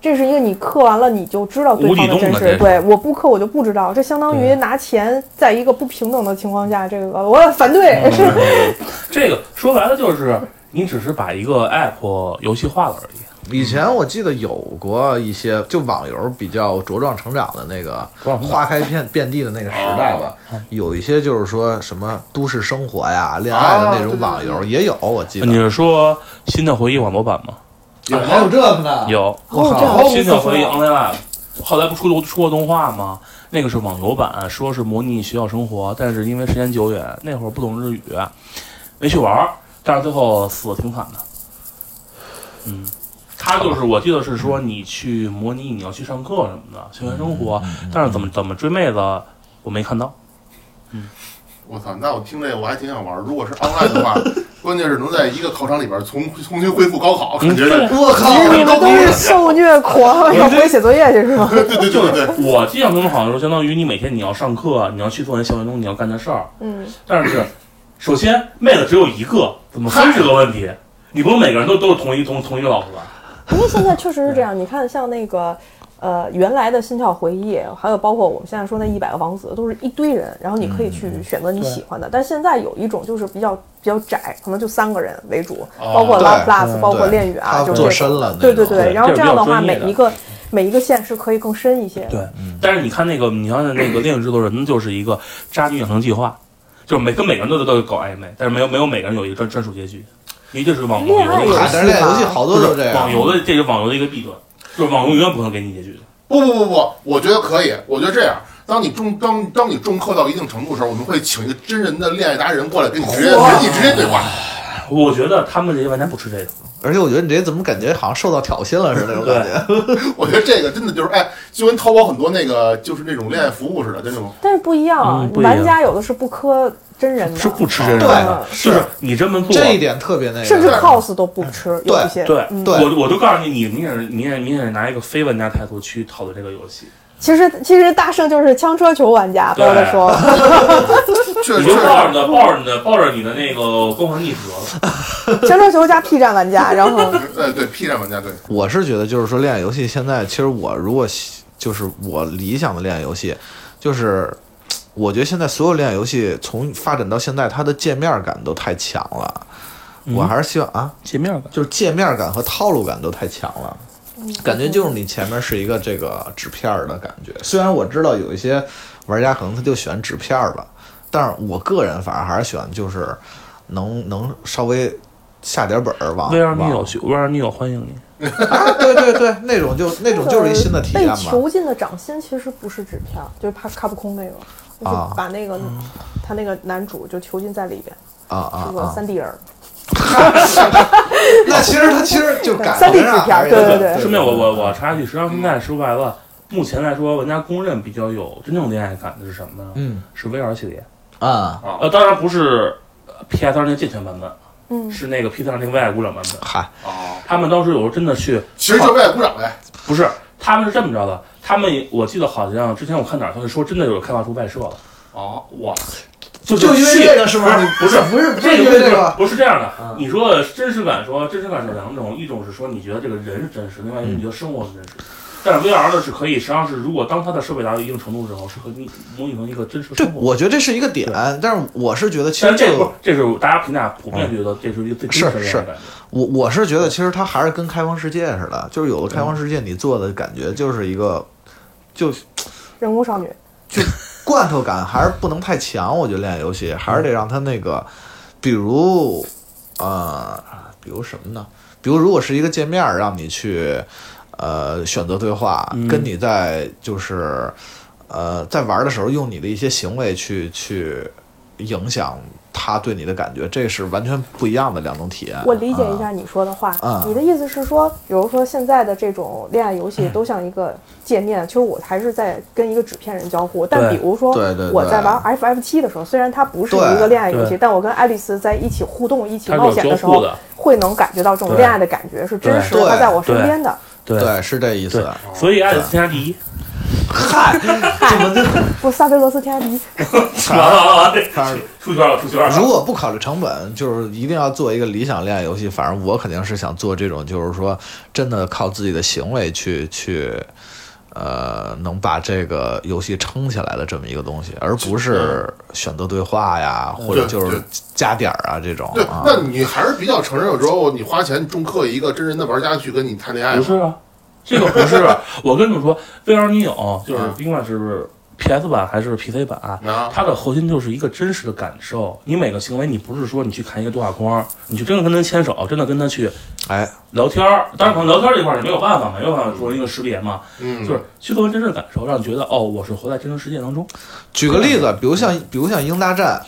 Speaker 6: 这是一个你刻完了，你就知道对方的真
Speaker 4: 无底洞的这
Speaker 6: 实。
Speaker 4: 是
Speaker 6: 对，我不刻我就不知道，这相当于
Speaker 5: 对
Speaker 6: 拿钱在一个不平等的情况下，这个我反对。
Speaker 4: 嗯
Speaker 5: 这个说白了就是你只是把一个 app 游戏化了而已。
Speaker 7: 以前我记得有过一些，就网游比较茁壮成长的那个
Speaker 5: 茁壮成长
Speaker 7: 花开遍遍地的那个时代吧，有一些就是说什么都市生活呀、恋爱的那种网游也有，我记
Speaker 6: 哦
Speaker 5: 你
Speaker 7: 得
Speaker 5: 是说新的回忆网络版吗？
Speaker 7: 有还有这个呢，
Speaker 5: 有，
Speaker 7: 我
Speaker 6: 哦这
Speaker 7: 靠
Speaker 6: 样，
Speaker 5: 新的回忆 online live，后来不出出过动画吗？那个是网游版，啊说是模拟学校生活，但是因为时间久远，那会儿不懂日语，没去玩儿，但是最后死的挺惨的。嗯，他就是我记得是说你去模拟你要去上课什么的校园生
Speaker 7: 嗯
Speaker 5: 活，但是怎么怎么追妹子我没看到。
Speaker 1: 我操！那我听这个我还挺想玩儿。如果是 online 的话，关键是能在一个考场里边儿重重新恢复高考，感觉是
Speaker 7: 我靠，
Speaker 6: 你们都是受虐狂，要回去写作业去是吗？
Speaker 1: 对对对对对，
Speaker 5: 我印象中好像说，相当于你每天你要上课，你要去做那校园中你要干的事儿，
Speaker 6: 嗯，
Speaker 5: 但是，首先妹子只有一个，怎么分是个问题。你不能每个人都都是同一同同一个老婆吧？
Speaker 6: 因为现在确实是这样，你看像那个。呃，原来的心跳回忆，还有包括我们现在说那一百个王子，都是一堆人，然后你可以去选择你喜欢的。但现在有一种就是比较比较窄，可能就三个人为主，
Speaker 1: 啊
Speaker 6: 包括
Speaker 7: 对
Speaker 6: Love Plus，
Speaker 7: 嗯
Speaker 6: 包括
Speaker 7: 对
Speaker 6: 恋与啊，
Speaker 7: 他
Speaker 6: 就是
Speaker 7: 做
Speaker 6: 这种
Speaker 7: 深了那
Speaker 6: 对对
Speaker 7: 种
Speaker 6: 对，
Speaker 5: 对
Speaker 6: 然后
Speaker 5: 这
Speaker 6: 这
Speaker 5: 个
Speaker 6: 样
Speaker 5: 比较
Speaker 6: 话，
Speaker 5: 专业
Speaker 6: 每
Speaker 5: 的
Speaker 6: 一个每一个线是可以更深一些。
Speaker 5: 对，但是你看那个，你像那个《恋与制作人》就是一个渣女养成计划，就是每跟每个人都都搞暧昧，但是没有没有每个人有一个专专属结局，一定是网网
Speaker 6: 恋爱
Speaker 5: 游
Speaker 6: 游
Speaker 5: 的
Speaker 7: 啊但是恋爱游戏好多都这
Speaker 5: 网
Speaker 7: 样，
Speaker 5: 游的这是网游的一个弊端，就是网游永远不可能给你结局的。
Speaker 1: 不不不不，我觉得可以。我觉得这样，当你重当当你重课到一定程度的时候，我们会请一个真人的恋爱达人过来跟你直接跟你直接对话。
Speaker 5: 我觉得他们这些玩家不吃这个，
Speaker 7: 而且我觉得你这怎么感觉好像受到挑衅了似的那种感觉。
Speaker 1: 我觉得这个真的就是哎，就跟淘宝很多那个就是那种恋爱服务似的，就那种
Speaker 6: 但是不一样啊
Speaker 5: 嗯，不一样
Speaker 6: 玩家有的是不磕真人的，
Speaker 5: 是不吃这个
Speaker 7: 嗯对
Speaker 5: 的，
Speaker 7: 是
Speaker 5: 就是你这么做，
Speaker 7: 这一点特别那个，
Speaker 6: 甚至 cos 都不吃，有一些
Speaker 5: 对，
Speaker 6: 嗯
Speaker 7: 对
Speaker 5: 我我就告诉你，你你也是你也你也是拿一个非玩家态度去讨论这个游戏，
Speaker 6: 其实其实大圣就是枪车球玩家，不
Speaker 5: 对
Speaker 6: 要再说了。
Speaker 1: 确
Speaker 5: 你
Speaker 1: 确
Speaker 5: 就
Speaker 1: 实
Speaker 5: 抱着你的抱着你的抱着你的那个光环逆蛇，
Speaker 6: 枪车球加 P 站玩家，然后
Speaker 1: 呃对 P 站玩家对，
Speaker 7: 我是觉得，就是说恋爱游戏现在，其实我如果喜就是我理想的恋爱游戏，就是嘖我觉得现在所有恋爱游戏从发展到现在，它的界面感都太强了。我还是希望啊，
Speaker 5: 界面感。
Speaker 7: 就是界面感和套路感都太强了，感觉就是你前面是一个这个纸片儿的感觉。虽然我知道有一些玩家可能他就喜欢纸片儿了，但是我个人反而还是喜欢就是能能稍微下点本儿往
Speaker 5: 为让女
Speaker 7: 往
Speaker 5: 友去，为让女友欢迎你。
Speaker 7: 啊，对对对，那种就那种就是一新的体验
Speaker 6: 被
Speaker 7: 嘛。
Speaker 6: 囚禁的掌心其实不是纸片，就是怕卡不空那个，就是把那个他那个男主就囚禁在里边，
Speaker 7: 啊啊
Speaker 6: 是个
Speaker 7: 啊！
Speaker 6: 三 D 人。
Speaker 7: 那其实它其实就改
Speaker 6: 三 D
Speaker 7: 了呀
Speaker 6: 纸片
Speaker 7: 改
Speaker 6: 儿
Speaker 7: 了
Speaker 6: 对对对
Speaker 5: 顺便我我我插一句，实际上现在说白了，目前来说，玩家公认比较有真正恋爱感的是什么呢？
Speaker 7: 嗯
Speaker 5: 是 VR 系列。
Speaker 7: 啊，
Speaker 5: 呃，当然不是 PS 二那健全版本，
Speaker 6: 嗯，
Speaker 5: 是那个 PS 二那个为爱鼓掌版本。
Speaker 7: 嗨，
Speaker 5: 他们当时有时候真的去
Speaker 1: 其实就为爱鼓掌呗。
Speaker 5: 不是，他们是这么着的，他们我记得好像之前我看哪儿他们说真的有开发出外设了。哦，哇，就
Speaker 7: 就因为这个是吗？
Speaker 5: 不是
Speaker 7: 不是 不
Speaker 5: 这
Speaker 7: 是因
Speaker 5: 个嗯
Speaker 7: 为
Speaker 5: 不
Speaker 7: 这
Speaker 5: 是
Speaker 7: 个，
Speaker 5: 不是这样的。你说的真实感说，真实感是有两种，一种是说你觉得这个人是真实，另外一种你觉得生活是真实。但是 VR 呢是可以，实际上是如果当它的设备达到一定程度之后，是可以模拟成一个真实
Speaker 7: 对
Speaker 5: 生，活。
Speaker 7: 我觉得这是一个点，但是我是觉得其
Speaker 5: 但
Speaker 7: 实
Speaker 5: 是这
Speaker 7: 这
Speaker 5: 不是
Speaker 7: 个，
Speaker 5: 这是大家评价普遍觉得这是一个最真实的
Speaker 7: 是
Speaker 5: 一
Speaker 7: 是
Speaker 5: 个感觉。
Speaker 7: 我我是觉得其实它还是跟开放世界似的，就是有了开放世界，你做的感觉就是一个就
Speaker 6: 人工少女，
Speaker 7: 罐头感还是不能太强，我觉得恋爱游戏还是得让它那个，比如，呃，比如什么呢？比如如果是一个界面儿让你去，呃，选择对话，跟你在就是，呃，在玩的时候用你的一些行为去去影响他对你的感觉，这是完全不一样的两种体验。
Speaker 6: 我理解一
Speaker 7: 啊
Speaker 6: 下你说的话
Speaker 7: 啊，
Speaker 6: 你的意思是说，比如说现在的这种恋爱游
Speaker 7: 嗯
Speaker 6: 戏都像一个界面，其实我还是在跟一个纸片人交互。但比如说
Speaker 7: 啊对对对
Speaker 6: 我在玩 FF 七的时候，虽然它不是
Speaker 7: 对
Speaker 6: 一个恋爱游戏，
Speaker 5: 对
Speaker 6: 但我跟爱丽丝在一起互动、一起
Speaker 5: 它是
Speaker 6: 冒险
Speaker 5: 有
Speaker 6: 的时
Speaker 5: 交互
Speaker 6: 候
Speaker 5: 的，
Speaker 6: 会能感觉到这种
Speaker 5: 对
Speaker 6: 恋爱的感觉是真实的，
Speaker 7: 对
Speaker 6: 它在我身边的。
Speaker 5: 对，
Speaker 7: 对，是这意思
Speaker 5: 对。所以爱的天下第一。
Speaker 7: 嗨，这么这
Speaker 6: 不，萨菲罗斯天下第一，
Speaker 5: 完了完了完了，
Speaker 7: 反正
Speaker 5: 出圈了出圈了。
Speaker 7: 如果不考虑成本，就是一定要做一个理想恋爱游戏。反正我肯定是想做这种，就是说真的靠自己的行为去去，呃，能把这个游戏撑起来的这么一个东西，而不是选择对话呀，或者就是加点儿啊这种
Speaker 1: 对，
Speaker 7: 啊。
Speaker 1: 那你还是比较承认，有时候你花钱重氪一个真人的玩家去跟你谈恋爱
Speaker 5: 不
Speaker 1: 嘛，
Speaker 5: 是啊，这个不是。我跟你们说，《VR 女友》就是
Speaker 1: 嗯
Speaker 5: 甭管是 PS 版还是 PC 版，
Speaker 1: 啊，
Speaker 5: 它的核心就是一个真实的感受。你每个行为，你不是说你去看一个动画框，你去真的跟他牵手，真的跟他去
Speaker 7: 哎，
Speaker 5: 聊天儿。当然，可能聊天儿这块儿也没有办法嘛，没有办法做一个识别嘛，
Speaker 1: 嗯，
Speaker 5: 就是去做真实的感受，让你觉得哦，我是活在真实世界当中。
Speaker 7: 举个例子，比如像比如像英大战，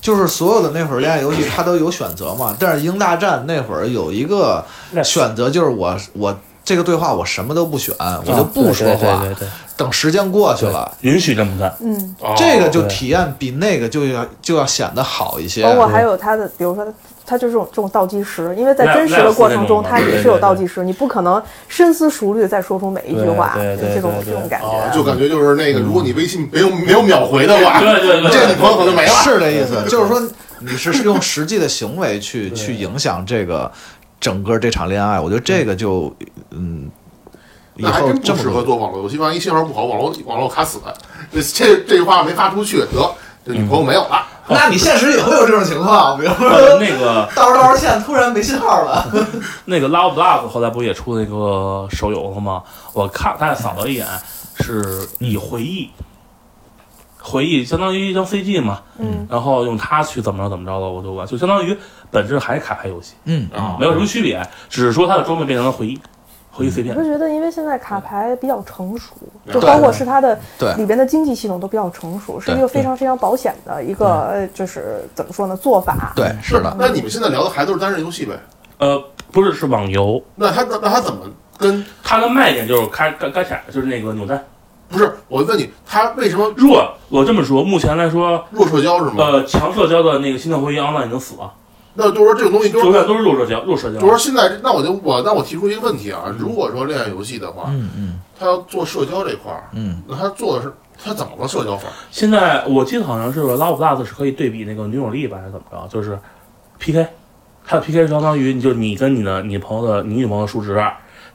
Speaker 7: 就是所有的那会儿恋爱游戏它都有选择嘛，但是英大战那会儿有一个
Speaker 5: 啊
Speaker 7: 选择，就是我我这个对话我什么都不选，我就不说话，
Speaker 5: 啊对对对
Speaker 7: 等时间过去了。
Speaker 5: 对，允许这么干。
Speaker 6: 嗯，
Speaker 1: 哦
Speaker 7: 这个就
Speaker 5: 对
Speaker 7: 体验比那个就要就要显得好一些。
Speaker 6: 包
Speaker 5: 嗯
Speaker 6: 括还有它的，比如说它它就是这种这种倒计时，因为在
Speaker 5: Lab-
Speaker 6: 真实的过程中，
Speaker 5: Labs 那种嘛
Speaker 6: 它也
Speaker 5: 对
Speaker 6: 是有
Speaker 5: 对
Speaker 6: 倒计时，你不可能深思熟虑地再说出每一句话，
Speaker 5: 对对对
Speaker 6: 这种
Speaker 5: 对
Speaker 6: 这
Speaker 5: 对
Speaker 6: 种感
Speaker 1: 哦，
Speaker 6: 觉
Speaker 1: 就。感觉就是那
Speaker 5: 嗯
Speaker 1: 个，如果你微信没有没有秒回的话，
Speaker 5: 对对对，
Speaker 1: 这个女朋友可就没了。
Speaker 7: 哎是这意思，就是说你是是用实际的行为去去影响这个整个这场恋爱，我觉得这个就嗯，以
Speaker 1: 那还
Speaker 7: 后
Speaker 1: 真
Speaker 7: 这
Speaker 1: 不
Speaker 7: 么
Speaker 1: 适合
Speaker 7: 多
Speaker 1: 做网络游戏，万一信号不好，网络网络卡死，这这这句话没发出去，得这女朋友没有了。
Speaker 7: 那你现实也会有这种情况，比如
Speaker 5: 呃 那个
Speaker 7: 到时候到时现突然没信号了，
Speaker 5: 那个 Love Love 后来不也出那个手游了吗？我看大概扫了一眼，是以回忆，回忆相当于一张 CG 嘛，
Speaker 6: 嗯，
Speaker 5: 然后用它去怎么着怎么着了，我就玩，就相当于本质还是卡牌游戏，
Speaker 7: 嗯
Speaker 1: 啊
Speaker 5: 没有什么区别，只是说它的装备变成了回忆，回忆碎
Speaker 6: 我
Speaker 5: 片。
Speaker 6: 是
Speaker 1: 嗯
Speaker 6: 觉得，因为现在卡牌比较成熟，
Speaker 5: 嗯
Speaker 1: 对
Speaker 6: 就包括是它的
Speaker 7: 对
Speaker 6: 里边的经济系统都比较成熟，是一个非常非常保险的一个，
Speaker 5: 嗯
Speaker 6: 呃就是怎么说呢，做法。
Speaker 7: 对，嗯是的，
Speaker 1: 那你们现在聊的还都是单人游戏呗？
Speaker 5: 呃，不是，是网游，
Speaker 1: 那他那那他怎么跟？
Speaker 5: 它的卖点就是开开开闪，就是那个扭蛋。
Speaker 1: 不是，我问你，他为什么
Speaker 5: 弱，我这么说，目前来说，
Speaker 1: 弱社交是吗？
Speaker 5: 呃，强社交的那个《心跳回忆 Online》已经死了，
Speaker 1: 那就是说这种东西就是
Speaker 5: 就算都是弱社交，弱社交
Speaker 1: 就是。说现在，那我就我那我提出一个问题啊，如果说恋爱游戏的话，
Speaker 7: 嗯嗯
Speaker 1: 他要做社交这块儿，
Speaker 7: 嗯，
Speaker 1: 那他做的是他怎么个社交法？
Speaker 5: 现在我记得好像是 Love Love 是可以对比那个女友力吧，还是怎么着？就是 PK，它的 PK 相当于你就是你跟你的你朋友的你女朋友的数值，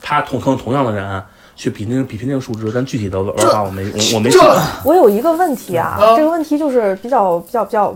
Speaker 5: 他同同同样的人去比那个比拼那个数值，但具体的玩法我没我我没
Speaker 1: 这
Speaker 5: 记
Speaker 6: 我有一个问题啊，
Speaker 1: 嗯
Speaker 6: 这个问题就是比较比较比较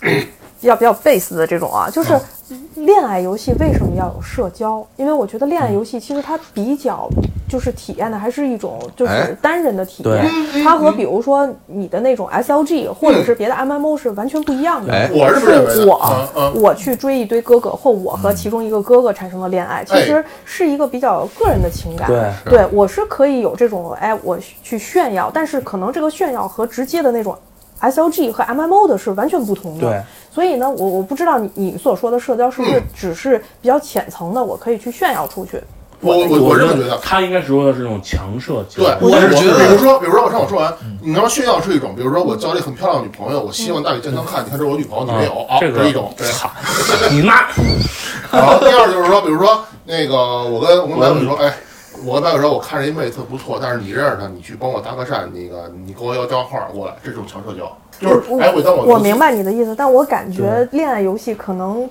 Speaker 6: 比较比较 base 的这种啊，就是
Speaker 1: 嗯
Speaker 6: 恋爱游戏为什么要有社交？因为我觉得恋爱游戏其实它比较就是体验的还是一种就
Speaker 7: 哎
Speaker 6: 是单人的体验，
Speaker 1: 对
Speaker 6: 它和比如说你的那种
Speaker 1: 嗯
Speaker 6: SLG 或者是别的 MMO 是完全不一样的。
Speaker 7: 哎
Speaker 1: 我是不认为的，
Speaker 6: 是我
Speaker 1: 嗯嗯，
Speaker 6: 我去追一堆哥哥，或我和其中一个哥哥产生了恋
Speaker 1: 嗯
Speaker 6: 爱，其实是一个比较个人的情感。
Speaker 5: 对
Speaker 6: 对我是可以有这种，哎，我去炫耀，但是可能这个炫耀和直接的那种 SLG 和 MMO 的是完全不同的。
Speaker 5: 对，
Speaker 6: 所以呢，我我不知道你你所说的社交是不是只是比较浅层的，我可以去炫耀出去。
Speaker 1: 我我
Speaker 5: 我
Speaker 1: 我是这
Speaker 5: 认
Speaker 1: 么觉
Speaker 5: 为
Speaker 1: 得。
Speaker 5: 他应该说的是那种强社交。
Speaker 1: 对，
Speaker 7: 我是觉得
Speaker 1: 比如说，比如说，我上我说完，你他妈炫耀是一种，比如说我交了一个很漂亮的女朋友，我希望大家健康看，你看这是我女朋友，你没有
Speaker 5: 啊
Speaker 1: 啊，
Speaker 5: 这个
Speaker 1: 是一种。对
Speaker 5: 操，你妈！
Speaker 1: 然后第二就是说，比如说那个，我跟我跟白鬼说，哎，我跟白鬼说，我看着一妹子特不错，但是你认识她，你去帮我搭个讪，那个你给我要电话过来，这种强社交，就是哎，我当
Speaker 5: 哦
Speaker 1: 我
Speaker 6: 我明，白你的意思，但我感觉恋爱游戏可能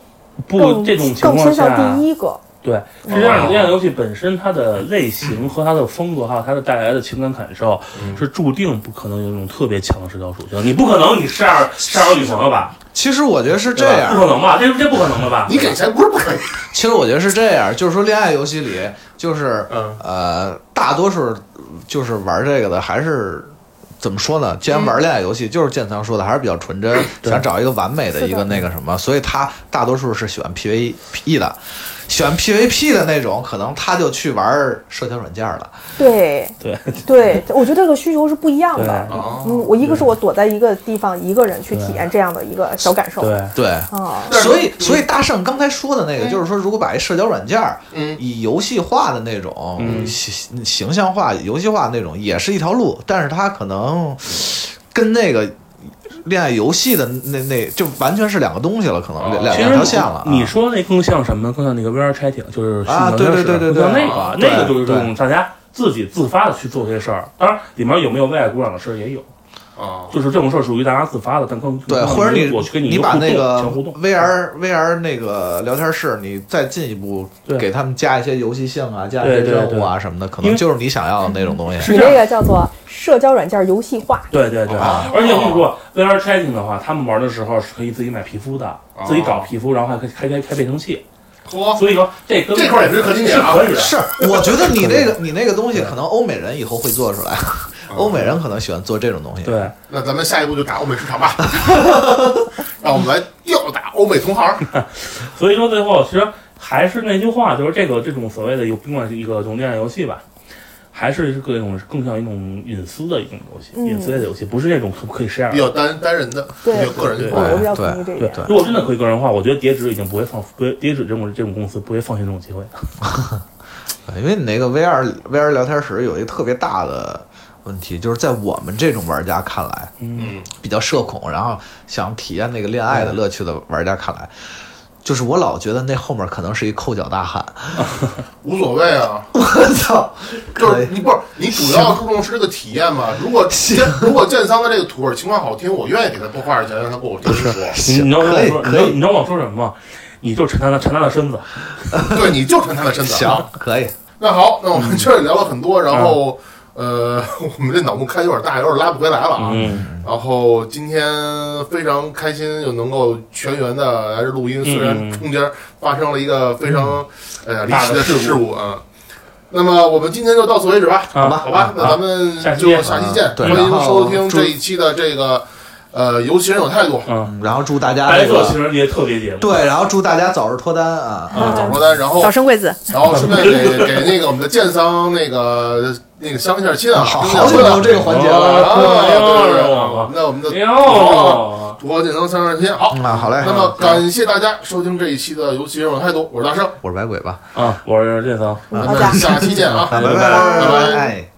Speaker 5: 不，
Speaker 6: 更
Speaker 5: 这种情
Speaker 6: 更
Speaker 5: 况
Speaker 6: 偏
Speaker 5: 下，
Speaker 6: 向第一个。
Speaker 5: 对，是这样的。恋爱游戏本身它的类型和它的风格，还有它的带来的情感感受，是注定不可能有一种特别强的社交属性。你不可能你晒二晒二女朋友吧？
Speaker 7: 其实我觉得是
Speaker 5: 对
Speaker 7: 这
Speaker 5: 吧
Speaker 7: 样
Speaker 5: 不，可能吧？这这不可能的吧？
Speaker 1: 你给钱不是不可以，
Speaker 7: 其实我觉得是这样，就是说恋爱游戏里，就是、
Speaker 1: 嗯
Speaker 7: 呃，大多数就是玩这个的还是。怎么说呢？既然玩恋爱游戏，就是建仓说的，还是比较纯真，想找一个完嗯美的一个那个什么，所以他大多数是喜欢 PVE 的，喜欢 PVP 的那种，可能他就去玩社交软件了。
Speaker 6: 对
Speaker 5: 对
Speaker 6: 对，我觉得这个需求是不一样
Speaker 5: 对
Speaker 6: 的。
Speaker 7: 哦
Speaker 6: 嗯，我一个是我躲在一个地方一个人去体验这样的一个小感受。
Speaker 5: 对，
Speaker 7: 对，
Speaker 6: 啊，
Speaker 1: 但是
Speaker 7: 所以所以大圣刚才说的那个，就是说，如果把一社交软件儿
Speaker 1: 嗯
Speaker 7: 以游戏化的那种、
Speaker 5: 嗯
Speaker 7: 形形象化、游戏化那种，也是一条路，但是它可能跟那个恋爱游戏的那那就完全是两个东西了，可能两
Speaker 5: 哦其
Speaker 7: 两
Speaker 5: 实
Speaker 7: 条线了啊。
Speaker 5: 你说那更像什么呢？更像那个 VR chatting，就是虚拟聊天室
Speaker 7: 啊对对对对
Speaker 5: 更
Speaker 7: 对
Speaker 5: 像那个、
Speaker 7: 啊
Speaker 5: 那个就是
Speaker 7: 对
Speaker 5: 这种大家自己自发的去做这些事儿。当然，里面有没有为爱鼓掌的事儿也有，
Speaker 1: 啊，
Speaker 5: 就是这种事儿属于大家自发的，但更
Speaker 7: 对，
Speaker 5: 更
Speaker 7: 或者
Speaker 5: 我去跟
Speaker 7: 你
Speaker 5: 一
Speaker 7: 把
Speaker 5: 互
Speaker 7: 那
Speaker 5: 动
Speaker 7: 个
Speaker 5: 强互动
Speaker 7: VR VR 那个聊天室，你再进一步
Speaker 5: 对
Speaker 7: 给他们加一些游戏性啊，加一些
Speaker 5: 对对
Speaker 7: 任
Speaker 5: 对
Speaker 7: 务啊什么的，可
Speaker 5: 因
Speaker 7: 能
Speaker 5: 为
Speaker 7: 就是你想要的那种东 西。
Speaker 5: 是
Speaker 6: 你
Speaker 5: 这样
Speaker 6: 这个叫做社交软件游戏化，
Speaker 5: 对对对，
Speaker 1: 啊
Speaker 5: 而且我跟你说，VR chatting 的话，他们玩的时候是可以自己买皮肤的，
Speaker 1: 哦
Speaker 5: 自己
Speaker 1: 啊
Speaker 5: 找皮肤，然后还可以开开开变声器。
Speaker 1: 嚯，
Speaker 5: 所以说这跟
Speaker 1: 哦这块儿也是可经典啊
Speaker 5: 是可以的。
Speaker 7: 是，我觉得你那个你那个东西，可能欧美人以后会做出来，
Speaker 5: 哦
Speaker 7: 欧美人可能喜欢做这种东西。
Speaker 5: 对，
Speaker 1: 那咱们下一步就打欧美市场吧，让我们来吊打欧美同行。
Speaker 5: 所以说最后其实还是那句话，就是这个这种所谓的有甭管是一个这种恋爱游戏吧，还是各种更像一种隐私的一种游戏，
Speaker 6: 嗯
Speaker 5: 隐私类的游戏，不是那种可可以 share
Speaker 1: 比
Speaker 5: 的。
Speaker 1: 较单单人的，比
Speaker 6: 对
Speaker 1: 较个人
Speaker 5: 对
Speaker 1: 化
Speaker 6: 我比较
Speaker 7: 对
Speaker 6: 同意这一
Speaker 5: 对
Speaker 6: 点。，
Speaker 5: 如果真的可以个人化，我觉得叠纸已经不会放，不会叠纸这种这种公司不会放弃这种机会的。
Speaker 7: 因为你那个 VR VR 聊天室有一个特别大的问题，就是在我们这种玩家看来，
Speaker 1: 嗯，
Speaker 7: 比较社恐，然后想体验那个恋
Speaker 5: 嗯
Speaker 7: 爱的乐趣的玩家看来，就是我老觉得那后面可能是一抠脚 大汉。
Speaker 1: 无所谓啊，
Speaker 7: 我操，
Speaker 1: 就是你不是你主要注重是这个体验嘛？如果建如果建桑的这个土味情况好听，我愿意给他多花点钱让他跟我真实说。
Speaker 5: 你你知道我
Speaker 7: 可以
Speaker 5: 说，你知
Speaker 7: 可
Speaker 5: 道
Speaker 7: 以
Speaker 5: 你知道我说什么吗？你就馋他的馋他的身子，
Speaker 1: 对，你就穿他的身子
Speaker 7: 行
Speaker 1: 啊。，
Speaker 7: 可以，
Speaker 1: 那好，那我们确实聊了很多，
Speaker 5: 嗯
Speaker 1: 然后呃， 我们这脑洞开有点大，有点拉不回来了啊。
Speaker 5: 嗯，
Speaker 1: 然后今天非常开心，又能够全员的来这录音，虽然
Speaker 5: 嗯
Speaker 1: 中间发生了一个非常哎呀离
Speaker 5: 大
Speaker 1: 奇
Speaker 5: 的
Speaker 1: 的
Speaker 5: 事故
Speaker 1: 事故啊。那么我们今天就到此为止吧，
Speaker 5: 啊好
Speaker 7: 吧啊
Speaker 1: 好吧，那咱们
Speaker 5: 下期
Speaker 1: 就
Speaker 5: 见
Speaker 1: 下期见
Speaker 7: 嗯，对
Speaker 1: 欢迎
Speaker 7: 然后
Speaker 1: 收听
Speaker 7: 祝
Speaker 1: 这一期的这个呃，有钱人有态度，
Speaker 5: 嗯，
Speaker 7: 嗯然后祝大家
Speaker 5: 白
Speaker 7: 这
Speaker 5: 色
Speaker 7: 个
Speaker 5: 情人节特别节目，
Speaker 7: 对，然后祝大家早日脱单啊！
Speaker 5: 嗯
Speaker 1: 早说单，然后
Speaker 6: 早生贵子，
Speaker 1: 然后顺便给给那个我们的建桑那个那个相亲点亲啊，
Speaker 7: 好
Speaker 1: 跟那
Speaker 7: 好久没有这个
Speaker 1: 啊，
Speaker 7: 环节了。
Speaker 1: 对对对，哦我们的我们的
Speaker 5: 哎呦，
Speaker 1: 主播建桑相亲点亲，好，
Speaker 7: 嗯啊，好嘞，
Speaker 1: 那
Speaker 6: 哎
Speaker 1: 么感谢大家收听这一期的《尤其是我态度》，我是大圣，
Speaker 7: 我是白鬼吧，
Speaker 5: 嗯啊，我是这桑。
Speaker 1: 咱
Speaker 6: 好的
Speaker 1: 们下期见啊，
Speaker 7: 啊，
Speaker 5: 拜
Speaker 7: 拜
Speaker 5: 拜
Speaker 7: 拜
Speaker 1: 拜拜
Speaker 7: 哎。